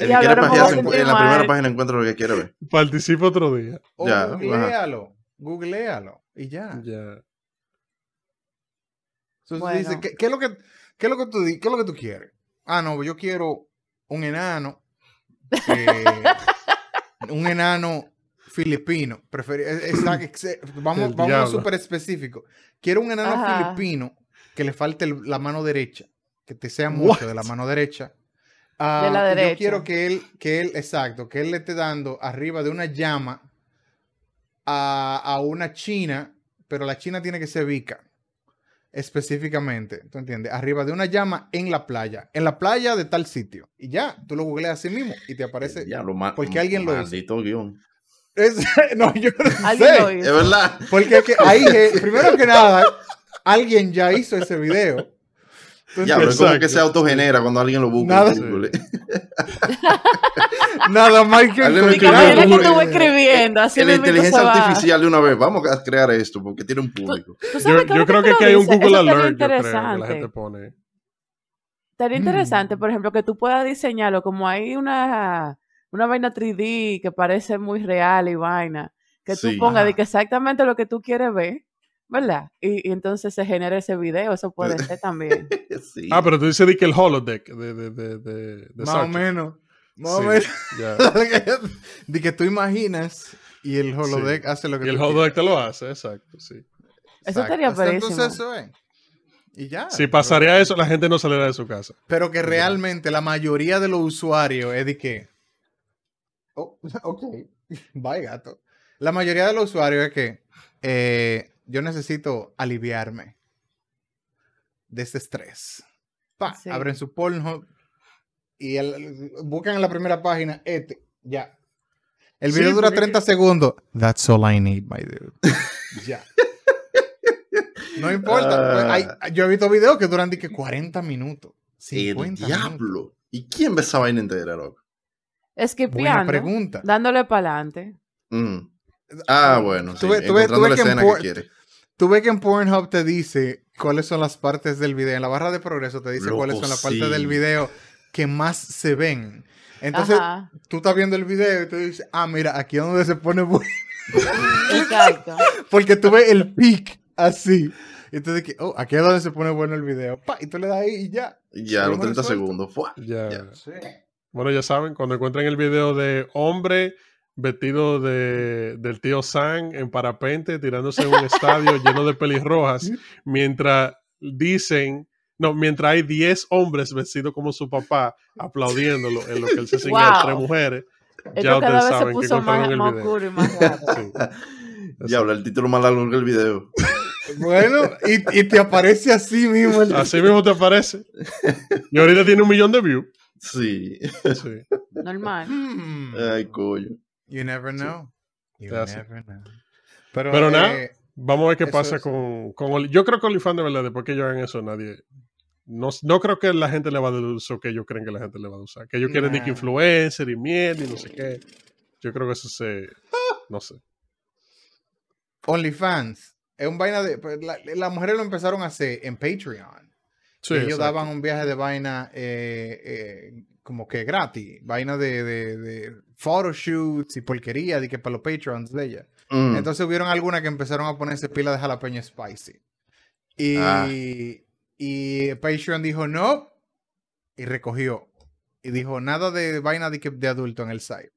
que Ya, quiere pero ¿cómo pajearse se en te la va? primera página encuentra lo que quiere ver. Participa otro día. O Ya, ajá. googlealo. Googlealo. Y Ah. ya. Ya. Entonces Bueno. dice, ¿qué, qué es lo que, qué es lo que tú, di- qué es lo que tú quieres? Ah, no, yo quiero un enano. eh, un enano filipino. Preferi- es- es- es- es- vamos El vamos diablo. súper específico. Quiero un enano Ajá. filipino que le falte el- la mano derecha. Que te sea mucho de la mano derecha. Ah, De la y Yo derecha. quiero que él, que él, exacto, que él le esté dando arriba de una llama a, a una china, pero la china tiene que ser vica específicamente, ¿tú entiendes? Arriba de una llama en la playa, en la playa de tal sitio. Y ya, tú lo googleas así mismo y te aparece... Ya, lo ma- porque alguien lo hizo. maldito guión. Es- no, yo no Alguien lo sé. Es hizo. verdad. Porque es que ahí, eh, primero que nada, alguien ya hizo ese video. ¿Tú Ya, pero es como Exacto. que se autogenera cuando alguien lo busca. Nada. en Google. entiendes? Nada más que... Alguien lo Y que encontrar- escribió caballero que Google. estuvo escribiendo, así la mismito se inteligencia va. artificial de una vez. Vamos a crear esto porque tiene un público. Tú sabes Yo, que yo ahora creo que lo aquí hay un dices, eso Google estaría Alert, yo creo, que la interesante. gente pone. Estaría interesante, Mm. por ejemplo, que tú puedas diseñarlo como hay una, una vaina 3D que parece muy real y vaina. Que tú Sí. pongas de Ajá. que exactamente lo que tú quieres ver, ¿verdad? Y, y entonces se genera ese video, eso puede ser también. Sí. Ah, pero tú dices di que el holodeck de, de, de, de, de Más o Sacha. menos. Más o Sí, menos. ya. De que tú imaginas y el holodeck hace lo que Y el tú quieres. holodeck te lo hace, exacto, sí. Eso estaría Hasta Entonces perísimo. eso es. Y ya. Si pero- pasaría eso, la gente no saliera de su casa. Pero que realmente la mayoría de los usuarios es de que. Oh, ok. Bye, gato. La mayoría de los usuarios es que eh, yo necesito aliviarme de este estrés. Pa, Sí. Abren su Pornhub y el- buscan en la primera página este. Ya. El Sí, video dura porque- 30 segundos. That's all I need, my dude. Ya. No importa. pues, Ah. Hay- yo he visto videos que duran de que 40 minutos. el 50 minutos. diablo. ¿Y quién ve esa vaina entera, loco? Buena Esquipeando, pregunta. dándole para adelante. Mm. Ah, bueno. Sí. Tú ves- tú ves- tú Encontrando la ves que en escena que Port- quiere. Tú ves que en Pornhub te dice cuáles son las partes del video. En la barra de progreso te dice Loco, cuáles son las sí. partes del video que más se ven. Entonces, Ajá, tú estás viendo el video y tú dices, ah, mira, aquí es donde se pone bueno. exacto. Porque tú ves el pic así. Y tú dices, oh, aquí es donde se pone bueno el video. Pa, y tú le das ahí y ya. Ya, los Hemos 30 resuelto. segundos. ¡fua! Ya. Ya. Bueno, ya saben, cuando encuentren el video de hombre vestido de, del tío San en parapente tirándose en un estadio lleno de pelirrojas, mientras dicen, no, mientras hay 10 hombres vestidos como su papá aplaudiéndolo en lo que él se sigue a Wow. tres mujeres, ya Esto cada ustedes vez se saben que puso más, encontraron más el video. oscuro y más raro. Sí. Diablo, el título más largo que el video. Bueno, y, y te aparece así mismo. el- Así mismo te parece. Y ahorita tiene un millón de views. Sí. Sí. Normal. Hmm. Ay, coño. You never know. You Ya sé. never know. Pero, Pero nada, eh, Vamos a ver qué Eso pasa es. con, con Oli- Yo creo que OnlyFans, de verdad, después que ellos hagan eso, nadie. No, no creo que la gente le va a dar el uso que ellos creen que la gente le va a dar usar. Que ellos quieren de que Nah. influencer y miel y no sé qué. Yo creo que eso se. No sé. OnlyFans. Es un vaina de. pues, la- Las mujeres lo empezaron a hacer en Patreon. que Sí, ellos exacto. daban un viaje de vaina eh, eh, como que gratis, vaina de, de, de photoshoots y porquería, de que para los patrons de ella. Mm. Entonces hubieron algunas que empezaron a ponerse pila de jalapeño spicy. Y, Ah. y Patreon dijo no y recogió. Y dijo nada de vaina de, que- de adulto en el site.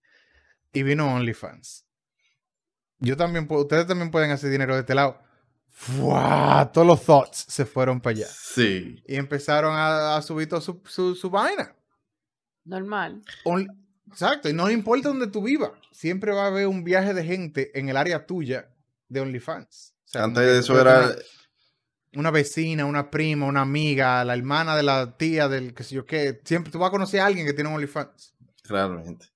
Y vino OnlyFans. Yo también, puedo- ustedes también pueden hacer dinero de este lado. ¡Fua! Todos los thoughts se fueron para allá Sí. y empezaron a, a subir toda su, su, su vaina. Normal. On- Exacto, y no importa donde tú vivas, siempre va a haber un viaje de gente en el área tuya de OnlyFans. O sea, como Antes que de tú eso puedes era. tener Una vecina, una prima, una amiga, la hermana de la tía, del que sé yo qué. Siempre tú vas a conocer a alguien que tiene un OnlyFans. Realmente.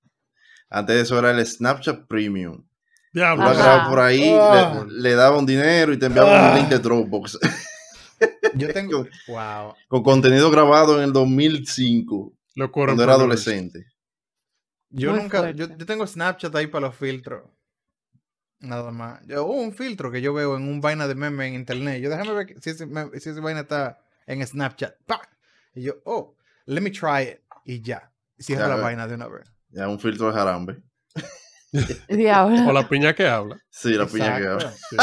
Antes de eso era el Snapchat Premium. Tú Diablo. la Ajá. grababas por ahí, Ah. le, le dabas un dinero y te enviaban un link de Ah. Dropbox Yo tengo. wow. con contenido grabado en el 2005, Locura, cuando era por Dios. adolescente. Yo Muy nunca. Yo, fuerte. yo tengo Snapchat ahí para los filtros. Nada más. Yo, hubo un filtro que yo veo en un vaina de meme en internet. Yo déjame ver que- si ese, mem- si ese vaina está en Snapchat. ¡Pa! Y yo, oh, let me try it. Y ya. Cierro Ya, la eh. vaina de una vez. Ya un filtro de jarambe. O Diablo. la piña que habla. Sí, la piña que Exacto. habla. Sí,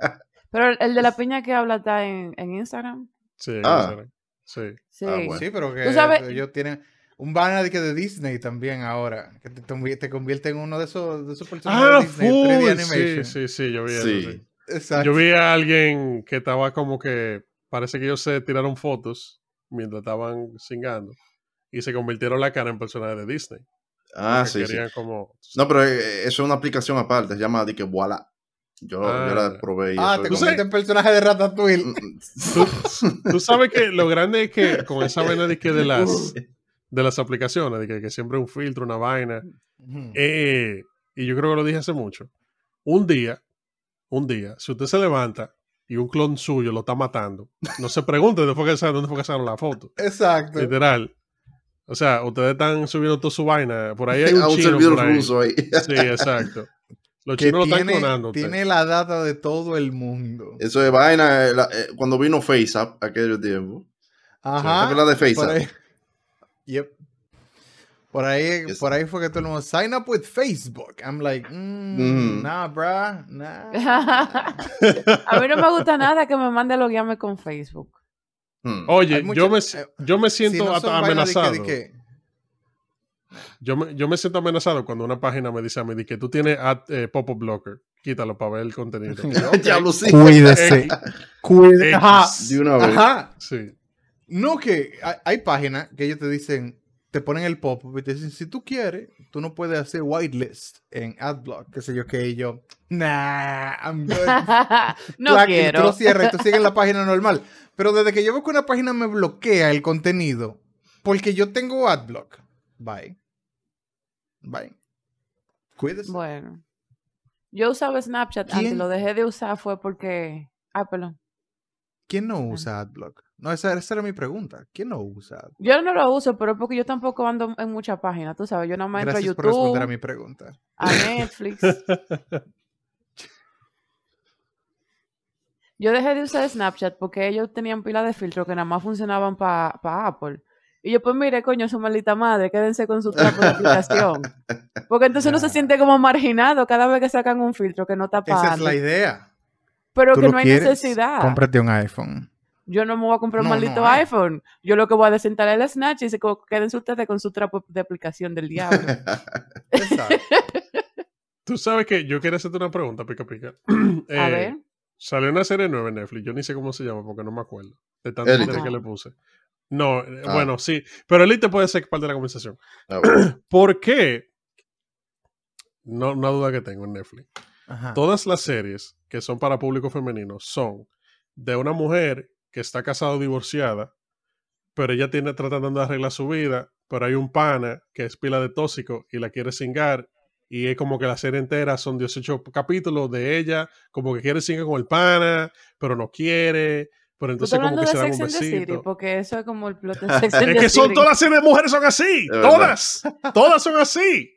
la piña. Pero el- el de la piña que habla está en, en Instagram. Sí, Ah. esa era. sí. Sí. Ah, bueno. Sí, pero que Tú sabes- ellos tienen un banner de, que de Disney también ahora. Que te, convi- te convierte en uno de esos, de esos personajes Ah, de Disney. 3D full. Sí, animation. sí, sí, yo vi eso, Sí. sí. Exacto. Yo vi a alguien que estaba como que parece que ellos se tiraron fotos mientras estaban singando y se convirtieron la cara en personajes de Disney. Ah, que sí, sí. querían como No, pero eh, eso es una aplicación aparte, se llama de que voilà. Yo, yo Ah. la probé. y Ah, eso te es convierte en personaje de Ratatouille. como- Mm, Tú, tú sabes que lo grande es que con esa vaina de que de las de las aplicaciones, de que, que siempre un filtro, una vaina. Ujú. eh, y yo creo que lo dije hace mucho. Un día, un día, si usted se levanta y un clon suyo lo está matando, no se pregunte de fue que sa- dónde fue que sacaron la foto. Eh, Exacto. Literal. O sea, ustedes están subiendo toda su vaina. Por ahí hay a un un chino servidor por ahí. ruso ahí. Sí, exacto. Los Pues que chinos lo están tiene, clonando. a usted. tiene la data de todo el mundo. Eso es vaina. eh, la- eh, cuando vino FaceApp aquel tiempo. Ajá. ¿Te acuerdas de por FaceApp? ahí. Yep. Por ahí, Yes. por ahí fue que todo el mundo sign up with Facebook. I'm like, mm, Mhm. nah, bruh, nah. a mí no me gusta nada que me mande a loguearme con Facebook. Hmm. Oye, Hay mucha- yo, me, si- eh, yo me Si siento no at- son vainas de que- amenazado. de que- Yo, me, yo me siento amenazado cuando una página me dice a mí de que tú tienes ad- eh, pop-up blocker. Quítalo para ver el contenido. Eh, Yo, ok. Diablo, sí. Cuídese. X, Cuídese. Ajá. De una vez. Ajá. sí. No, que hay, hay páginas que ellos te dicen, te ponen el pop-up y te dicen, si tú quieres, tú no puedes hacer whitelist en AdBlock, qué sé yo, que y yo, nah, I'm good. no clac, y Tú quiero. lo cierras y tú sigues la página normal. Pero desde que yo veo que una página me bloquea el contenido, porque yo tengo adblock. Bye. Bye. Cuídese. Bueno. Yo usaba Snapchat ¿Quién? antes, lo dejé de usar fue porque... Ah, perdón. ¿Quién no usa adblock? No, esa, esa era mi pregunta. ¿Quién no usa adblock? Yo no lo uso, pero es porque yo tampoco ando en muchas páginas, tú sabes. Yo nada más entro a Gracias por YouTube, responder a a, mi pregunta. Netflix. yo dejé de usar Snapchat porque ellos tenían pila de filtro que nada más funcionaban para Apple. Y yo, pues mire, coño, su maldita madre, quédense con su trapo de aplicación. Porque entonces uno se siente como marginado cada vez que sacan un filtro que no está Esa es pagando. la idea. Pero ¿Tú que lo no hay quieres? necesidad. Cómprate un iPhone. Yo no me voy a comprar un No, no maldito hay. iPhone. Yo lo que voy a desentar es el Snatch y se co- quédense ustedes con su trapo de aplicación del diablo. Exacto. Tú sabes que yo quería hacerte una pregunta, pica pica. A Eh, ver. Salió una serie nueva en Netflix, yo ni sé cómo se llama porque no me acuerdo. De tanto Élite. que le puse. No, eh, Ah. bueno, sí, pero Elite puede ser parte de la conversación. Ah, bueno. ¿Por qué? No, una duda que tengo en Netflix. Ajá. Todas las series que son para público femenino son de una mujer que está casada o divorciada, pero ella tiene tratando de arreglar su vida, pero hay un pana que es pila de tóxico y la quiere cingar. Y es como que la serie entera son 18 capítulos de ella, como que quiere cingar con el pana, pero no quiere, pero Tú entonces estás como hablando que de se dan Sex un and the City, besito. porque eso es como el plot de Sex and Es the que son City. todas las series de mujeres son así. verdad. Todas. Todas son así.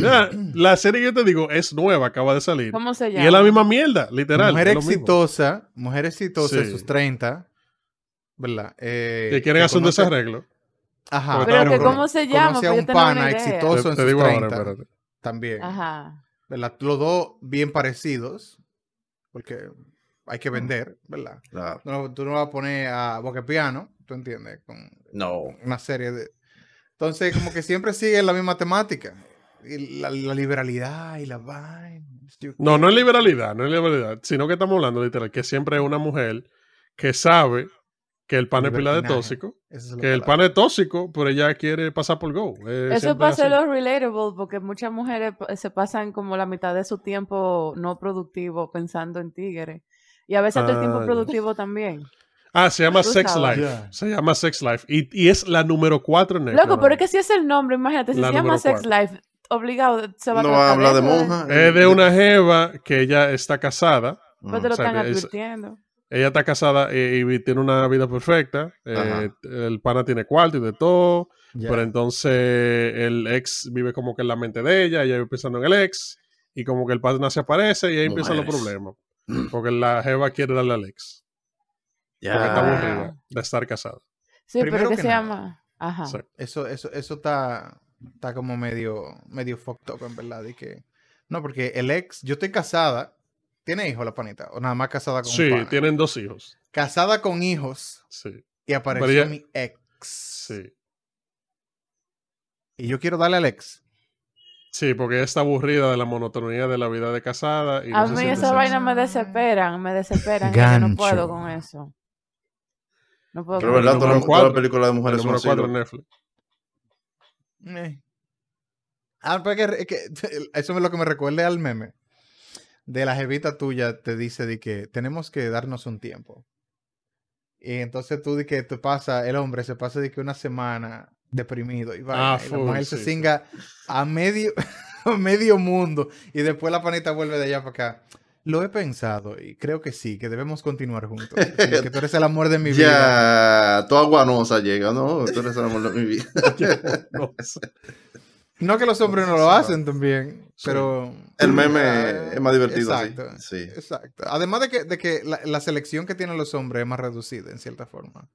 Ya, la serie que yo te digo es nueva, acaba de salir. ¿Cómo se Y llama? es la misma mierda, literal. mujer es lo mismo. exitosa, mujer exitosa de Sí. sus 30, ¿verdad? Eh, Que quieren hacer un conoce- desarreglo. Ajá. Pero Pero Claro, que pero cómo se llama, Conoce a pues yo un tengo una pana idea. Te, exitoso en te sus digo 30 ahora, espérate. también. Ajá. ¿verdad? Los dos bien parecidos, porque hay que vender, ¿verdad? Claro. No, tú no vas a poner a Boca Piano, ¿tú entiendes? Con Oh. No. una serie de... Entonces, como que siempre sigue la misma temática. Y la, la liberalidad y la vaina. No, no es liberalidad, no es liberalidad, sino que estamos hablando literal, que siempre es una mujer que sabe que el pan es pila de Libertinaje. tóxico, Esa es la que el palabra. pan es tóxico, pero ella quiere pasar por go. Eh, Eso es siempre para así. hacerlo relatable, porque muchas mujeres eh, se pasan como la mitad de su tiempo no productivo pensando en tigres. Y a veces hasta el Ah, tiempo ya. productivo también. Ah, se llama Tú Sex sabes. Life. Ya. Se llama Sex Life. Y, y es la número 4 en Netflix. Loco, pero es que si es el nombre, imagínate, si La se llama número Sex cuatro. Life, obligado se va a No tratar habla de eso, ¿eh? monja. Es de una jeva que ella está casada. Pues te Mm. lo O sea, están que es- advirtiendo. Ella está casada eh, y, tiene una vida perfecta. eh, Ajá. el pana tiene cuarto y de todo. Ya. Pero entonces el ex vive como que en la mente de ella. Ella vive pensando en el ex. Y como que el padre no se aparece y ahí empiezan los Mujeres. problemas. Porque la jeva quiere darle al ex. Ya. Porque está Ah. aburrida de estar casada. Sí, Primero pero ¿qué que se nada. llama? Ajá. Sí. Eso, eso, eso está, está como medio, medio fucked up, en verdad. Y que... No, porque el ex, yo estoy casada. ¿Tiene hijos la panita? ¿O nada más casada con un Sí, pana? tienen dos hijos. Casada con hijos. Sí, Y apareció Pero ya- mi ex. sí. Y yo quiero darle al ex. Sí, porque ella está aburrida de la monotonía de la vida de casada. Y no A se mí siente esa sexy. vaina me desesperan, me desesperan. y yo no Gancho. puedo con eso. No puedo Pero con verdad, El número todas las eso. todas las cuatro. películas de El mujeres son número así. 4 en loco. Netflix. Eh. Ah, pero es que, es que- eso es lo que me recuerda al meme. De la jevita tuya te dice de que tenemos que darnos un tiempo. Y entonces tú de que te pasa, el hombre se pasa de que una semana deprimido y va. Ah, y la full, mujer sí, se sí. singa a medio, a medio mundo. Y después la panita vuelve de allá para acá. Lo he pensado y creo que sí, que debemos continuar juntos. Que tú eres el amor de mi vida. Ya, toda guanosa llega, ¿no? Tú eres el amor de mi vida. No sé. No que los hombres no lo hacen también, Sí. pero... El meme Ah, es más divertido así. Exacto. Sí. Exacto. Además de que, de que la, la selección que tienen los hombres es más reducida, en cierta forma.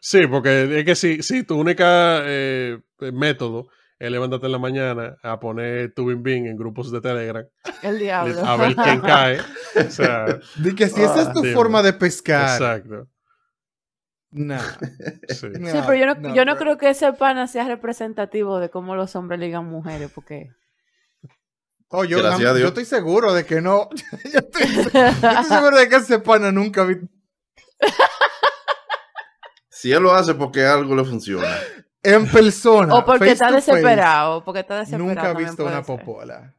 Sí, porque es que si, si tu única eh, método es levantarte en la mañana a poner tu bing bing en grupos de Telegram El diablo. a ver quién cae. O sea, De que si esa es tu Ah, forma de pescar... exacto. Nah, Sí. nah, Sí, pero yo no, yo no pero- creo que ese pana sea representativo de cómo los hombres ligan mujeres, porque... Oh, yo, Gracias a yo Dios. estoy seguro de que no. yo, estoy, yo estoy seguro de que ese pana nunca vi. Si él lo hace porque algo le funciona. En persona. O porque face está to face, desesperado, porque está desesperado. Nunca ha también visto puede una ser. popola.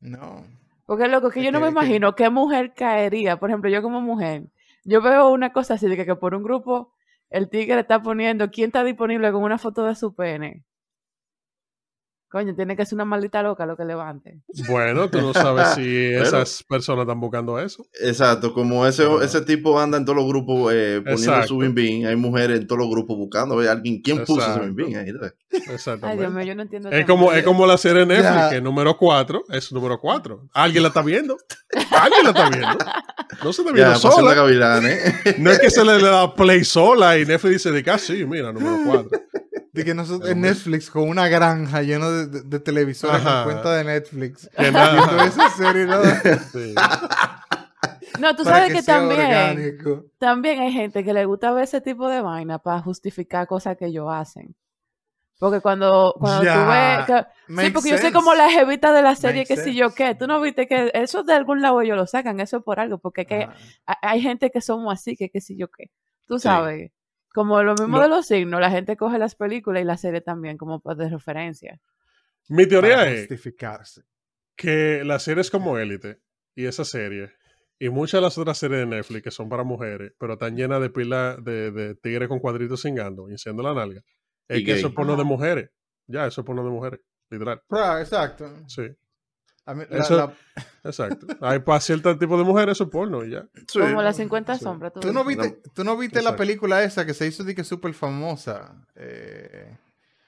No. Porque loco, que Es yo no que- me es que- imagino qué mujer caería. Por ejemplo, yo como mujer, yo veo una cosa así de que, que por un grupo el tigre está poniendo quién está disponible con una foto de su pene. Coño, tiene que ser una maldita loca lo que levante. Bueno, tú no sabes si esas personas están buscando eso. Exacto, como ese, Ah. ese tipo anda en todos los grupos eh, poniendo Exacto. su bim bim, hay mujeres en todos los grupos buscando a ver alguien quién puso su Exacto. bim bim ahí. ¿sabes? Ay, Dios Exactamente. mío, yo no entiendo. Es tanto. como, es como la serie de Netflix, Ya. que número 4 es número 4. Alguien la está viendo. Alguien la está viendo. No se está Ya, viendo pasión de sola. Gavilán, ¿eh? No es que se le, le da play sola y Netflix dice de que, ah, sí, mira, número 4. De que nosotros Pero en muy- Netflix con una granja llena de, de, de televisores Ajá. con cuenta de Netflix. Que Viendo nada. esa serie, ¿no? Sí. No, tú Para sabes que, sea también, orgánico. también hay gente que le gusta ver ese tipo de vaina para justificar cosas que ellos hacen. Porque cuando, cuando tú Ya. ves... que- sí, Makes porque yo soy sense. como la jevita de la serie, Makes que si yo qué. Tú no viste que eso de algún lado ellos lo sacan, eso es por algo, porque es que Ajá. ha- hay gente que somos así, que qué sé yo qué. Tú Sí. sabes, como lo mismo No. de los signos, la gente coge las películas y las series también como pa- de referencia. Mi teoría Para es justificarse. que las series como Élite y esa serie y muchas de las otras series de Netflix que son para mujeres, pero están llenas de pila de, de tigres con cuadritos cingando y enseñando la nalga, es Y que gay. eso es porno Ajá. de mujeres. Ya, eso es porno de mujeres, literal. Pra, exacto. Sí, A mí, la- Eso- la- exacto. Hay para cierto tipo de mujeres eso es porno y ya. Sí. como las 50 sí. sombras. tú ¿Tú no dices. viste, tú no viste la Exacto. película esa que se hizo de que súper famosa? Eh,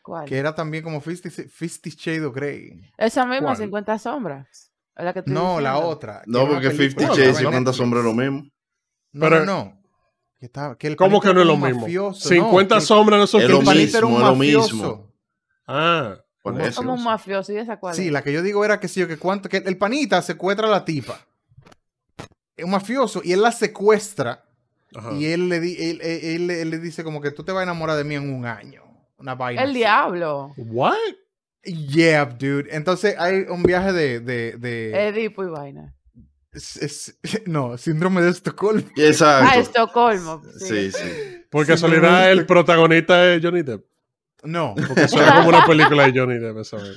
¿Cuál? que era también como Fifty, Fifty Shade of Grey. Esa misma, ¿Cuál? 50 sombras. La que estoy No, la diciendo. otra. que No, era una porque película 50 Bueno, Shades de y bueno. 50 Netflix. sombras es lo mismo. No, Pero- no, no. Que estaba- que el ¿Cómo palito que no era es lo un mismo? mafioso, no, 50 que el- sombras no son Es que el lo clichés. palito era un mismo, es lo mafioso. mismo. Ah, Por Como- eso. Como un mafioso, ¿y esa cuál? Sí, es? la que yo digo era que sí, o que cuánto, que el panita secuestra a la tipa. Es un mafioso y él la secuestra ajá. y él le, di- él, él- él- él le dice como que tú te vas a enamorar de mí en un año. Una vaina. El así. diablo. What? Yeah, dude. Entonces hay un viaje de... de, de- Edipo y vaina. es- es- no, síndrome de Estocolmo. Ah, Exacto. Estocolmo. Sí, Sí. sí. Por Sí, no, no, casualidad, el no. protagonista es Johnny Depp. No, Porque eso era como una película de Johnny Depp, esa vez.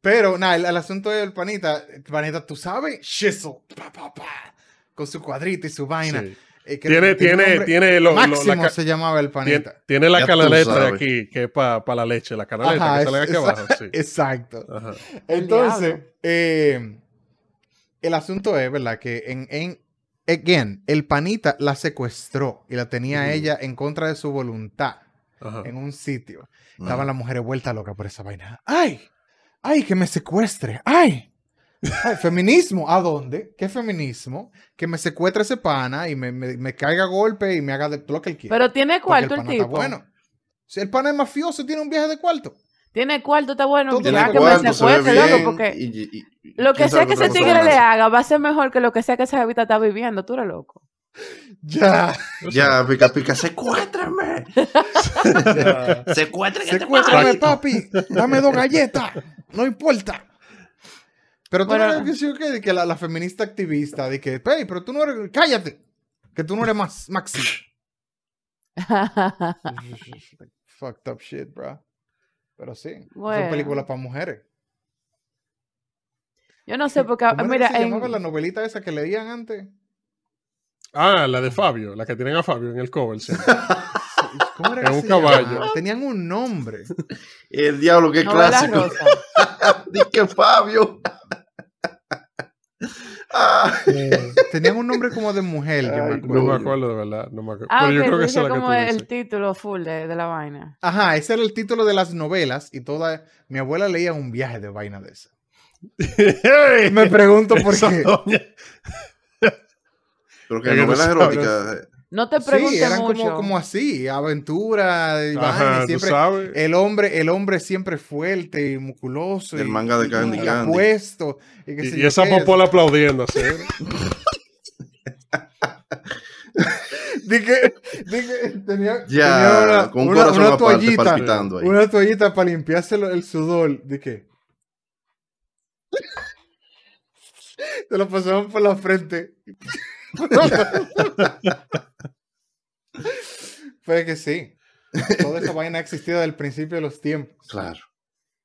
pero nada, el, el asunto del panita, el panita, tú sabes, shizzle, pa, pa, pa, con su cuadrito y su vaina. Sí. Eh, que Tiene, un tiene, nombre- tiene lo- lo- la Máximo ca- se llamaba el Tien- panita. tiene la Ya tú canaleta de sabes. aquí, que es para la leche, la canaleta Ajá, que es- sale de aquí es- abajo. Sí. Exacto. Ajá. Entonces, diablo. eh, el asunto es, ¿verdad? Que en, en, again, el panita la secuestró y la tenía Ujú. Ah. ella en contra de su voluntad Ajá. en un sitio. No. Ah. Estaban las mujeres vueltas locas por esa vaina. ¡Ay! ¡Ay, que me secuestre! ¡Ay! ¡Ay, feminismo! ¿A dónde? ¿Qué feminismo? Que me secuestre ese pana y me, me, me caiga a golpe y me haga de lo que él quiera. Pero Porque tiene el cuarto el, pana está tipo. bueno. Si el pana es mafioso, tiene un viaje de cuarto. Tiene cuarto, está bueno. Todo Tiene Ya que cuarto, me se ve secuestre, bien, loco, porque y- y- y- lo que quién sea sabe que qué ese otra tigre persona le hace. haga va a ser mejor que lo que sea que esa jevita está viviendo. Tú eres loco. Ya. Ya, pica, pica, secuéstrame. Secuéstrame. Secuéstrame, papi. Dame dos galletas. No importa. Pero tú Bueno. no eres que, sí o qué, de que la, la feminista activista, de que, "Ey, pero tú no eres, cállate, que tú no eres más Maxi. Fucked up shit, bro. Pero sí, Bueno. son películas para mujeres. Yo no sé, porque ah, ¿Cómo era que mira, se en- llamaba la novelita esa que leían antes? Ah, la de Fabio, la que tienen a Fabio en el cover. sí. ¿Cómo era Era que un se llamaba? caballo. Tenían un nombre. El diablo, qué novela clásico. rosa. Di que Fabio. Ah, Tenían un nombre como de mujer, yo me Ay, acuerdo. No me Coño. acuerdo de verdad. No me acuerdo. Ah, Pero yo ok, creo que tú esa es la dices que como tú el dices. título full de, de la vaina. Ajá, ese era el título de las novelas y toda... Mi abuela leía un viaje de vaina de esa. Hey, Me pregunto por esa qué. doña. Pero que Es que no novelas sabes. eróticas. eh, No te Sí, preguntes eran mucho. como, como así, aventura, y vaina, Ajá, y tú siempre, sabes. el hombre, el hombre siempre fuerte y musculoso Del y, manga de y- Candy y Candy. apuesto. Y, qué sé Y, y yo esa qué. popola aplaudiendo así. ¿eh? Di que- di que tenía, Ya, tenía una, con un una- corazón una aparte, toallita, palpitando ahí. una toallita para limpiarse lo- el sudor. ¿De qué? Te lo pasaban por la frente. Fue que sí. Toda esa vaina ha existido desde el principio de los tiempos. Claro.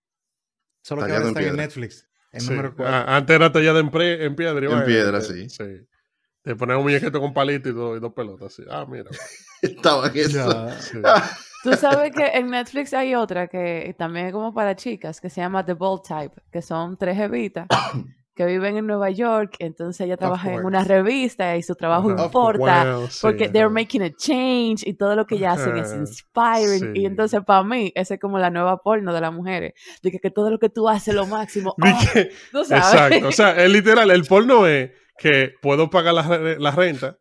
Solo que ahora Tallado en están en, piedra. Netflix. El Sí. número 4. Ah, antes era tallada en, pre- en piedra. y En vaina, piedra, eh, sí. sí. Te ponen un muñequito con palito y, dos- y dos pelotas. Así. Ah, mira. Estaba en eso. Sí. Tú sabes que en Netflix hay otra que también es como para chicas, que se llama The Bold Type, que son tres evitas que viven en Nueva York, entonces ella trabaja en course. una revista y su trabajo Ajá. importa. Well, sí, Porque they're ajá. making a change y todo lo que ya hacen es Ajá, inspiring. sí. Y entonces, para mí, esa es como la nueva porno de las mujeres. De que, que todo lo que tú haces es lo máximo. Di Ah, que- tú sabes. Exacto. O sea, es literal. El porno es que puedo pagar la, re- la renta,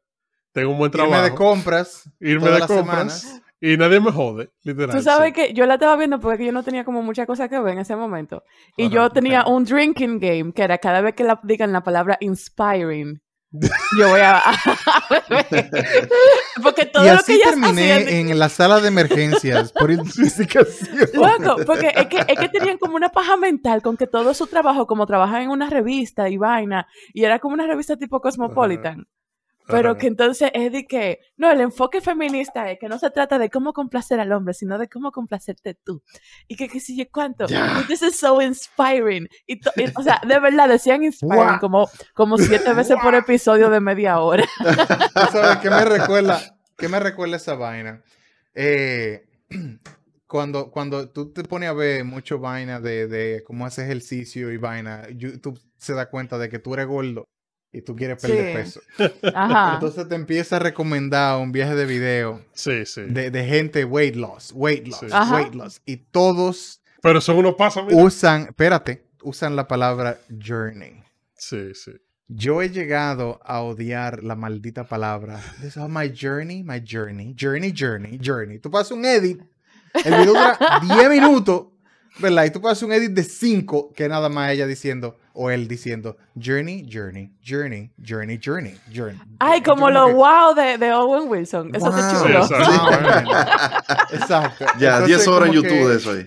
tengo un buen trabajo, Irme de compras. irme todas de las compras semanas. y nadie me jode, literal. Tú sí. sabes que yo la estaba viendo porque yo no tenía como mucha cosa que ver en ese momento. Y yo Ajá, tenía ajá. un drinking game, que era cada vez que la, digan la palabra inspiring, yo voy a... porque todo y lo que así ellas terminé hacían... en la sala de emergencias por intoxicación. Loco, porque es que, es que tenían como una paja mental con que todo su trabajo, como trabajan en una revista y vaina, y era como una revista tipo Cosmopolitan. Pero Ajá. que entonces es de que, no, el enfoque feminista es que no se trata de cómo complacer al hombre, sino de cómo complacerte tú. Y que qué sé yo cuánto. Ya. Y This is so inspiring. Y to- y, o sea, de verdad decían inspiring Guau. como, como siete veces por episodio de media hora. ¿Tú sabes qué me recuerda? ¿Qué me recuerda esa vaina? Eh, cuando, cuando tú te pones a ver mucho vaina de, de cómo haces ejercicio y vaina, YouTube se da cuenta de que tú eres gordo y tú quieres perder Sí. Ah. peso. Ajá. Entonces te empieza a recomendar un viaje de video Sí, sí. de, de gente weight loss, weight loss, Sí. Ajá. weight loss. Y todos Pero son unos pasos. mira. usan, espérate, usan la palabra journey. Sí, sí. Yo he llegado a odiar la maldita palabra. This is my journey, my journey, journey, journey, journey. Tú pasas un edit, el video dura 10 minutos, ¿verdad? Y tú pasas un edit de 5, que es nada más ella diciendo, o él diciendo, journey, journey, journey, journey, journey, journey. Ay, Yo como lo que, wow de, de Owen Wilson. Eso "Wow". está chulo. Sí, Wow, Exacto. Ya, Entonces, 10 horas en como que YouTube de eso ahí.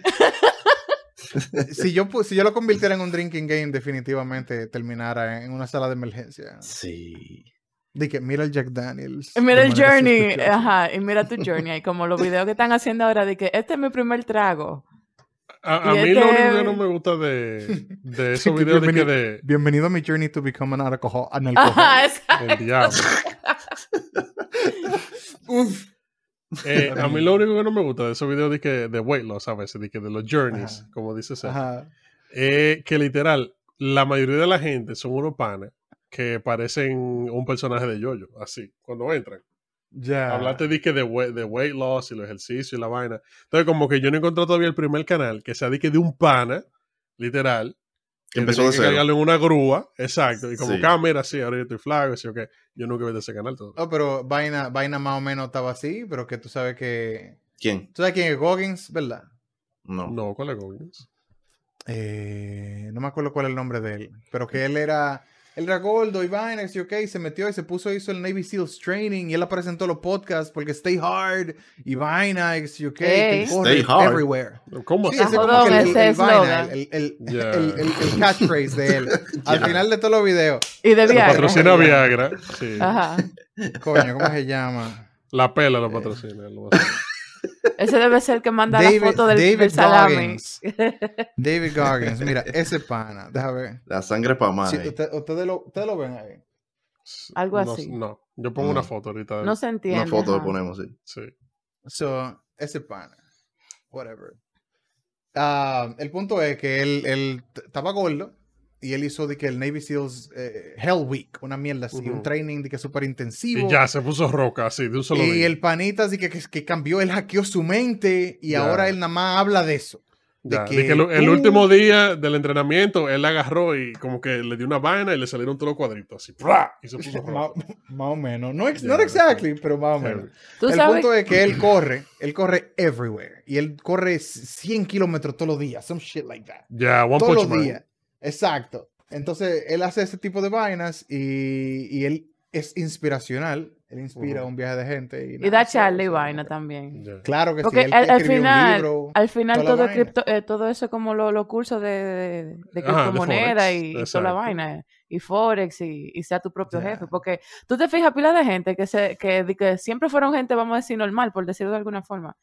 Si yo, pu- si yo lo convirtiera en un drinking game, definitivamente terminara en una sala de emergencia. Sí. De que mira el Jack Daniels. Eh, de Mira el manera journey, sospechosa. ajá, y mira tu journey, y como los videos que están haciendo ahora de que este es mi primer trago. A, a Y mí este- lo único que no me gusta de, de esos que videos de que bienvenido- de. Bienvenido a mi journey to become an alcohol. An Ajá, alcoholic. exacto. del diablo. Uf. Eh, a mí lo único que no me gusta de esos videos de, que, de weight loss a veces, de, que de los journeys, Ajá. como dice Seth, Ajá. es Eh, que literal, la mayoría de la gente son unos panes que parecen un personaje de yoyo, así, cuando entran. Ah. Ya. Hablaste de, que de, we- de weight loss y los ejercicios y la vaina. Entonces, como que yo no he encontrado todavía el primer canal que sea de, que de un pana, literal, que Empezó tenía de que cero. cargarlo en una grúa, exacto, y como Sí. cámara, sí, ahora yo estoy flaco, así, ok. Yo nunca he visto ese canal todo. Oh, pero vaina, vaina más o menos estaba así, pero que tú sabes que. ¿Quién? ¿Tú sabes quién es Goggins, verdad? No. No, ¿cuál es Goggins? Eh, no me acuerdo cuál es el nombre de él, pero que él era. Él era gordo y vaina, y ok, se metió y se puso, hizo el Navy SEALs training y él aparece en todos los podcasts porque Stay Hard y vaina, y ok, Ey. que corre Stay hard. everywhere. ¿Cómo Sí, así? ese Ah, como jodón, que el, el, ese el vaina, eslogan. el- el- el- Ya. el- el- el catchphrase de él. Al Ya. final de todos los videos. Y de Viagra. Patrocina viaje. Viagra. Sí. Ajá. Coño, ¿cómo se llama? La pela lo patrocina. lo patrocina. Ese debe ser el que manda la foto del, del salami. Goggins. David Goggins, mira, ese pana, déjame ver. La sangre para más. Sí, ahí. usted- ustedes, lo, ustedes lo ven ahí. Algo No, así. No, yo pongo No. una foto ahorita. de- No se entiende. Una foto le ajá. ponemos, sí. Sí. So, ese pana. Whatever. Ah, el punto es que él, él t- estaba gordo y él hizo de que el Navy SEALs eh, Hell Week, una mierda así, Ujú. un training de que súper intensivo. Y ya se puso roca, así, de un solo Y día. el panita así que, que, que cambió, él hackeó su mente y Ya. ahora él nada más habla de eso. de Ya, que de que el, el tú- último día del entrenamiento, él agarró y como que le dio una vaina y le salieron todos los cuadritos, así, ¡pra! y se puso Ma- rojo. Más o menos. No, ex- Ya, not ya. exactly, pero más o Heavy. menos. Tú el sabes, punto es que él corre, él corre everywhere. Y él corre 100 kilómetros todos los días, some shit like that. Ya, One todos Punch los Man. días. Exacto. Entonces, él hace ese tipo de vainas y, y él es inspiracional. Él inspira Ujú. un viaje de gente. Y, y nada, da eso- charla y eso- vaina también. Ya. Claro que Porque sí. Él al, al escribió un final, libro. al final toda la todo, vaina. cripto, eh, todo eso como lo- los cursos de, de, de Ajá, de criptomonedas Forex, y, y toda la exacto. vaina, eh, y Forex y, y sea tu propio Ya. jefe. Porque tú te fijas, pila de gente que, se, que, di- que siempre fueron gente, vamos a decir, normal, por decirlo de alguna forma.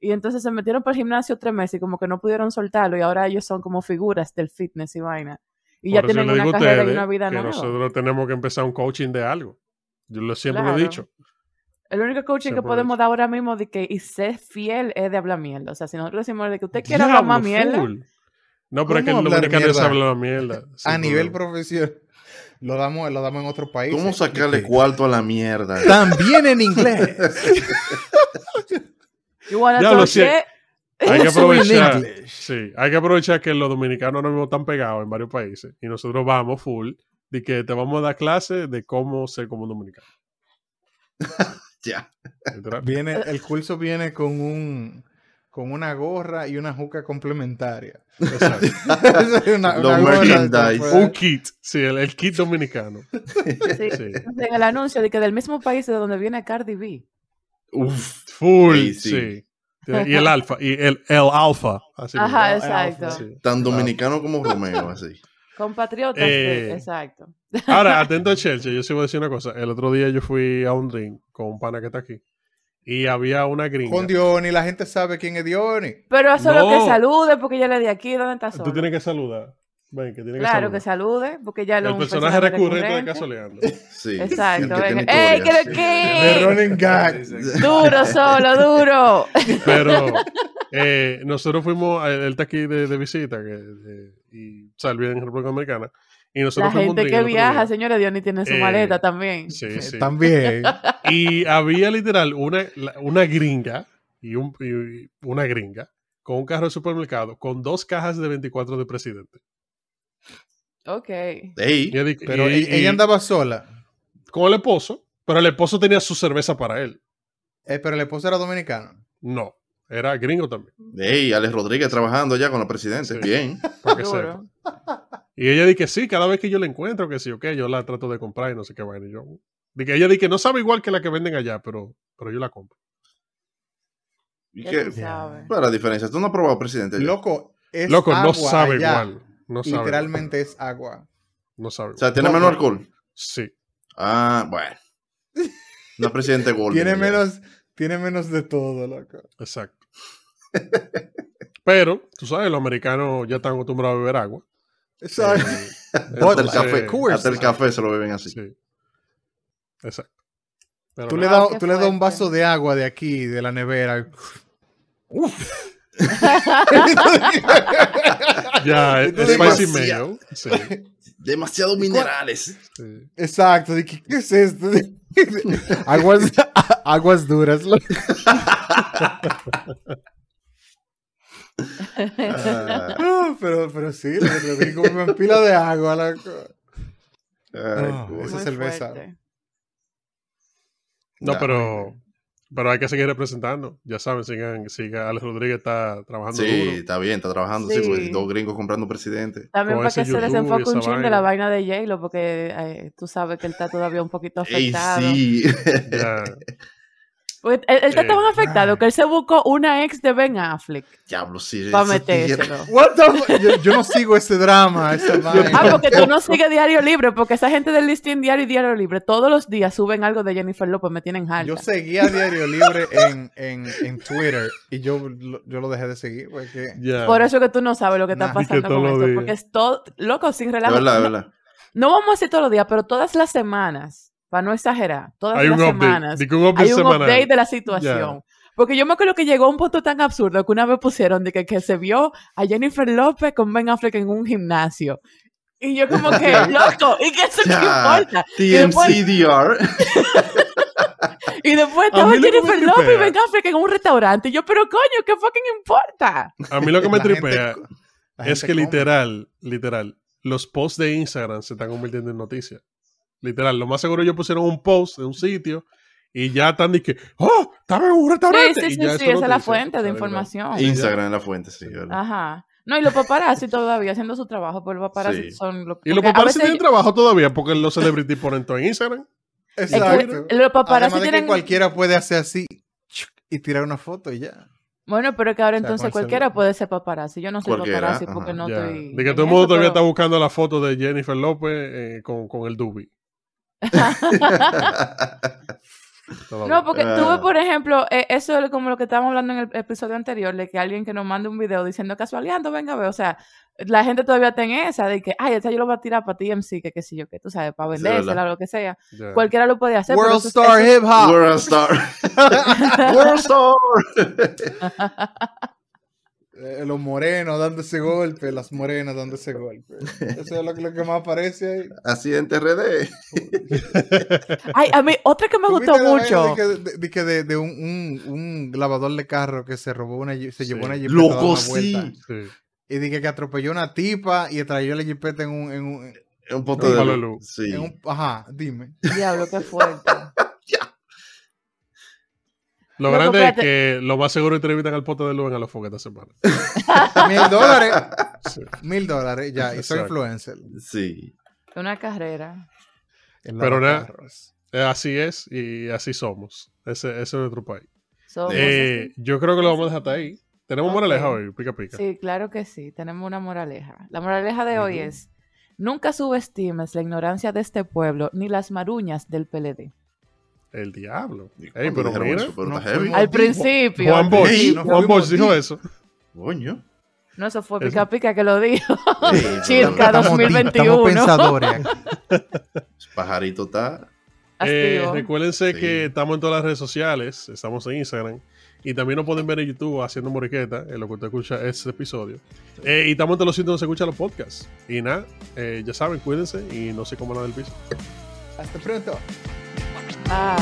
Y entonces se metieron por el gimnasio tres meses y como que no pudieron soltarlo y ahora ellos son como figuras del fitness y vaina. Y ya Por eso tienen le una digo a carrera y ustedes una vida que nueva. nosotros tenemos que empezar un coaching de algo. Yo lo siempre lo Claro. he dicho. El único coaching Se que podemos aprovecha. dar ahora mismo de que y ser fiel es de hablar mierda. O sea, si nosotros decimos de que usted quiere Diablo, hablar más mierda, full. No, pero es que el ¿Cómo hablar dominicano se mierda? habla la mierda. a sin nivel problema. profesional. Lo damos, lo damos en otro país. ¿Cómo sacarle cuatro? cuarto a la mierda? También en inglés. you wanna Diablo, talk sí. shit? Hay que Also in aprovechar. English. Sí, hay que aprovechar que los dominicanos ahora mismo están pegados en varios países y nosotros vamos full de que te vamos a dar clases de cómo ser como un dominicano. Ya. literal. Viene, el curso viene con un con una gorra y una juca complementaria. Exacto. Una- Los una gorra pues. merchandise. después. un kit, sí, el, el kit dominicano. Sí. Sí. Entonces, En el anuncio de que del mismo país de donde viene Cardi B. Uf. Full, Sí, sí. sí. Y el alfa, y el, el alfa. Así Ajá, el alfa, exacto. mismo, sí. Tan dominicano como Romeo, así. Compatriotas, Eh. de- exacto. Ahora, atento a Chelsea, yo sí voy a decir una cosa. El otro día yo fui a un drink con un pana que está aquí y había una gringa. Con Diony, la gente sabe quién es Diony. Pero eso es lo No. que salude, porque ya le di aquí, ¿dónde está Tú Sora? tienes que saludar. Ven, que tiene Claro, que que saludar. salude, porque ya lo el personaje recurrente de Casoleando. Sí. Exacto, el que venga. tiene ¡Ey, historia, qué- sí. De qué! Running Gag. Duro, solo, duro. Pero eh, nosotros fuimos, a- él está aquí de, de visita que, eh, y salió en República Dominicana. Y La nosotros fuimos a gente un drink que el otro día. viaja, señores, Diony tiene su Eh, maleta también. Sí, sí. También. Y había literal una, la- una gringa y, un, y una gringa con un carro de supermercado con dos cajas de 24 de presidente. Ok. Ey, Y ella di- Pero e-, y- ella, y ella andaba sola. con el esposo, pero el esposo tenía su cerveza para él. Eh, pero el esposo era dominicano. No, era gringo también. ey, Alex Rodríguez trabajando ya con la presidencia. Sí. Bien. Para que sepa. Duro. Y ella dice que sí, cada vez que yo la encuentro, que sí, ok, yo la trato de comprar y no sé qué vaina. Y yo, di que ella dice que no sabe igual que la que venden allá, pero, pero yo la compro. ¿Y Ya qué? tú sabes. ¿Cuál es la diferencia? Tú no has probado presidente. ya? Loco, es Loco, agua no sabe allá. igual. No sabe. Literalmente es agua. No sabe. O igual. sea, tiene menos alcohol. Sí. Ah, bueno. No presidente Golden. Tiene ya. menos, tiene menos de todo, loco. Exacto. Pero, tú sabes, los americanos ya están acostumbrados a beber agua. Exacto. Eh, Bud Hasta el Light, entonces, café. of course. Hasta el café se lo beben así. Sí. Exacto. Pero Tú no, le Wow, das Ah, qué tú le das un fuerte. vaso de agua de aquí, de la nevera. Ya, es Entonces, spicy demasiado. mayo. Sí, Demasiado minerales. sí. Exacto, dije, ¿qué es esto? aguas, aguas duras. loco. Ah, Ah, pero, pero sí, lo lo vi como una pila de agua. loco. ay, Ah, coño. esa Muy cerveza. fuerte. No, Nah. pero, pero hay que seguir representando. Ya saben, sigan, siga. Alex Rodríguez está trabajando Sí, duro. está bien, está trabajando. Sí. Sí. pues, dos gringos comprando un presidente. También Con para ese que se les YouTube y enfoque esa un chingo vaina. la vaina de J-Lo, porque eh, tú sabes que él está todavía un poquito Ey, afectado. sí. Ya. Pues, él, él está Eh, tan afectado que él se buscó una ex de Ben Affleck Diablo, sí. para esa metérselo. tierra. What the fu- yo, yo no sigo ese drama, esa vaina. Ah, porque tú no sigues Diario Libre, porque esa gente del listing Diario y Diario Libre todos los días suben algo de Jennifer López, me tienen harta. Yo seguía Diario Libre en, en, en Twitter y yo, lo- yo lo dejé de seguir porque ya. Por eso que tú no sabes lo que Nah. está Y que pasando con todos los esto, días. porque es todo, loco, sin De relajo. verdad, de no- verdad. No vamos a decir todos los días, pero todas las semanas, para no exagerar, todas Hay las un update. semanas Digo, un update hay un semanal. update de la situación. Porque yo me acuerdo que llegó a un punto tan absurdo que una vez pusieron de que, que se vio a Jennifer López con Ben Affleck en un gimnasio. Y yo como que, loco, ¿y qué eso qué Ya, importa? Y después, TMCDR. y después A estaba mí lo que me Jennifer López y tripea. Ben Affleck en un restaurante. Y yo, pero coño, ¿qué fucking importa? A mí lo que me La gente tripea co- la es gente que come. literal, literal, los posts de Instagram se están convirtiendo en noticias. Literal, lo más seguro ellos pusieron un post de un sitio y ya están de que, ¡oh! Estaba en un Sí, restaurante. sí, Y sí, ya eso sí, esa es la noticia. fuente O de sea, información. Instagram es la fuente, sí. ¿verdad? Ajá. No, y los paparazzi todavía haciendo su trabajo, pero los paparazzi Sí. son los Y los porque a papás veces- tienen trabajo todavía porque los celebrity ponen todo en Instagram. es que Exacto. Los Además paparazzi de tienen que cualquiera puede hacer así chuc, y tirar una foto y ya. Bueno, pero que ahora O sea, entonces con el cualquiera celular. puede ser paparazzi. Yo no soy Cualquiera, paparazzi ajá. porque no Ya. estoy. de que en todo el mundo eso, todavía está pero- buscando la foto de Jennifer López eh, con, con el Dubi. Todo No, bien. porque Ah. tuve, por ejemplo, eh, eso es como lo que estábamos hablando en el episodio anterior, de que alguien que nos mande un video diciendo casualidad, no venga a ver. O sea, la gente todavía está en esa de que, ay, esta yo lo voy a tirar para TMC, que qué sé yo, que tú sabes, para Sí, ¿verdad? vendérsela o lo que sea. Ya. Cualquiera lo puede hacer. pero World pues, eso es- Star eso es- Hip Hop. World Star. World Star. Eh, los morenos dándose golpes, las morenas dándose golpes. Eso es lo, que- lo que más aparece ahí. Accidente RD. Ay, a mí, otra que me ¿Tuviste gustó la vaina De, mucho. que- de- de que de- de un, un- un lavador de carro que se robó una, ji- se Sí. llevó una jipeta. a dar Loco, una sí. vuelta. Sí. Y dije que atropelló una tipa y trayó la jipeta en un, en un, Es Un pote Un de palo luz. de luz. Sí. en un- Ajá, dime. Diablo, qué fuerte. Lo Loco, grande espérate. es que lo más seguro entrevistan al pote de luz en a los foques esta semana. Mil dólares. Sí. Mil dólares, ya. Y soy Exacto. influencer. Sí. Una carrera. El Pero nada. lavacarros. Eh, Así es y así somos. Ese, ese es nuestro país. Somos Eh, así. yo creo que lo vamos a dejar hasta ahí. Tenemos Ok. moraleja hoy, pica pica. Sí, claro que sí. Tenemos una moraleja. La moraleja de hoy Ujú. es: nunca subestimes la ignorancia de este pueblo ni las maruñas del PLD. El diablo. ¿Y Ey, cuándo pero dijeron mira. eso? Pero No está heavy. fuimos- Al dijo- principio. Juan al Bosch, Ey, principio. Juan Bosch dijo eso. Coño. No, eso fue Eso. Pica Pica que lo dijo. Ey, Circa pero- Estamos- 2021. Estamos pensadores aquí. Pajarito está. Eh, Activo. recuérdense Sí. que estamos en todas las redes sociales, estamos en Instagram y también nos pueden ver en YouTube haciendo moriqueta, en lo que usted escucha este episodio. Eh, y estamos entre los sitios donde se escuchan los podcasts. Y nada, eh, ya saben, cuídense y no se coman nada del piso. Hasta pronto. Ah.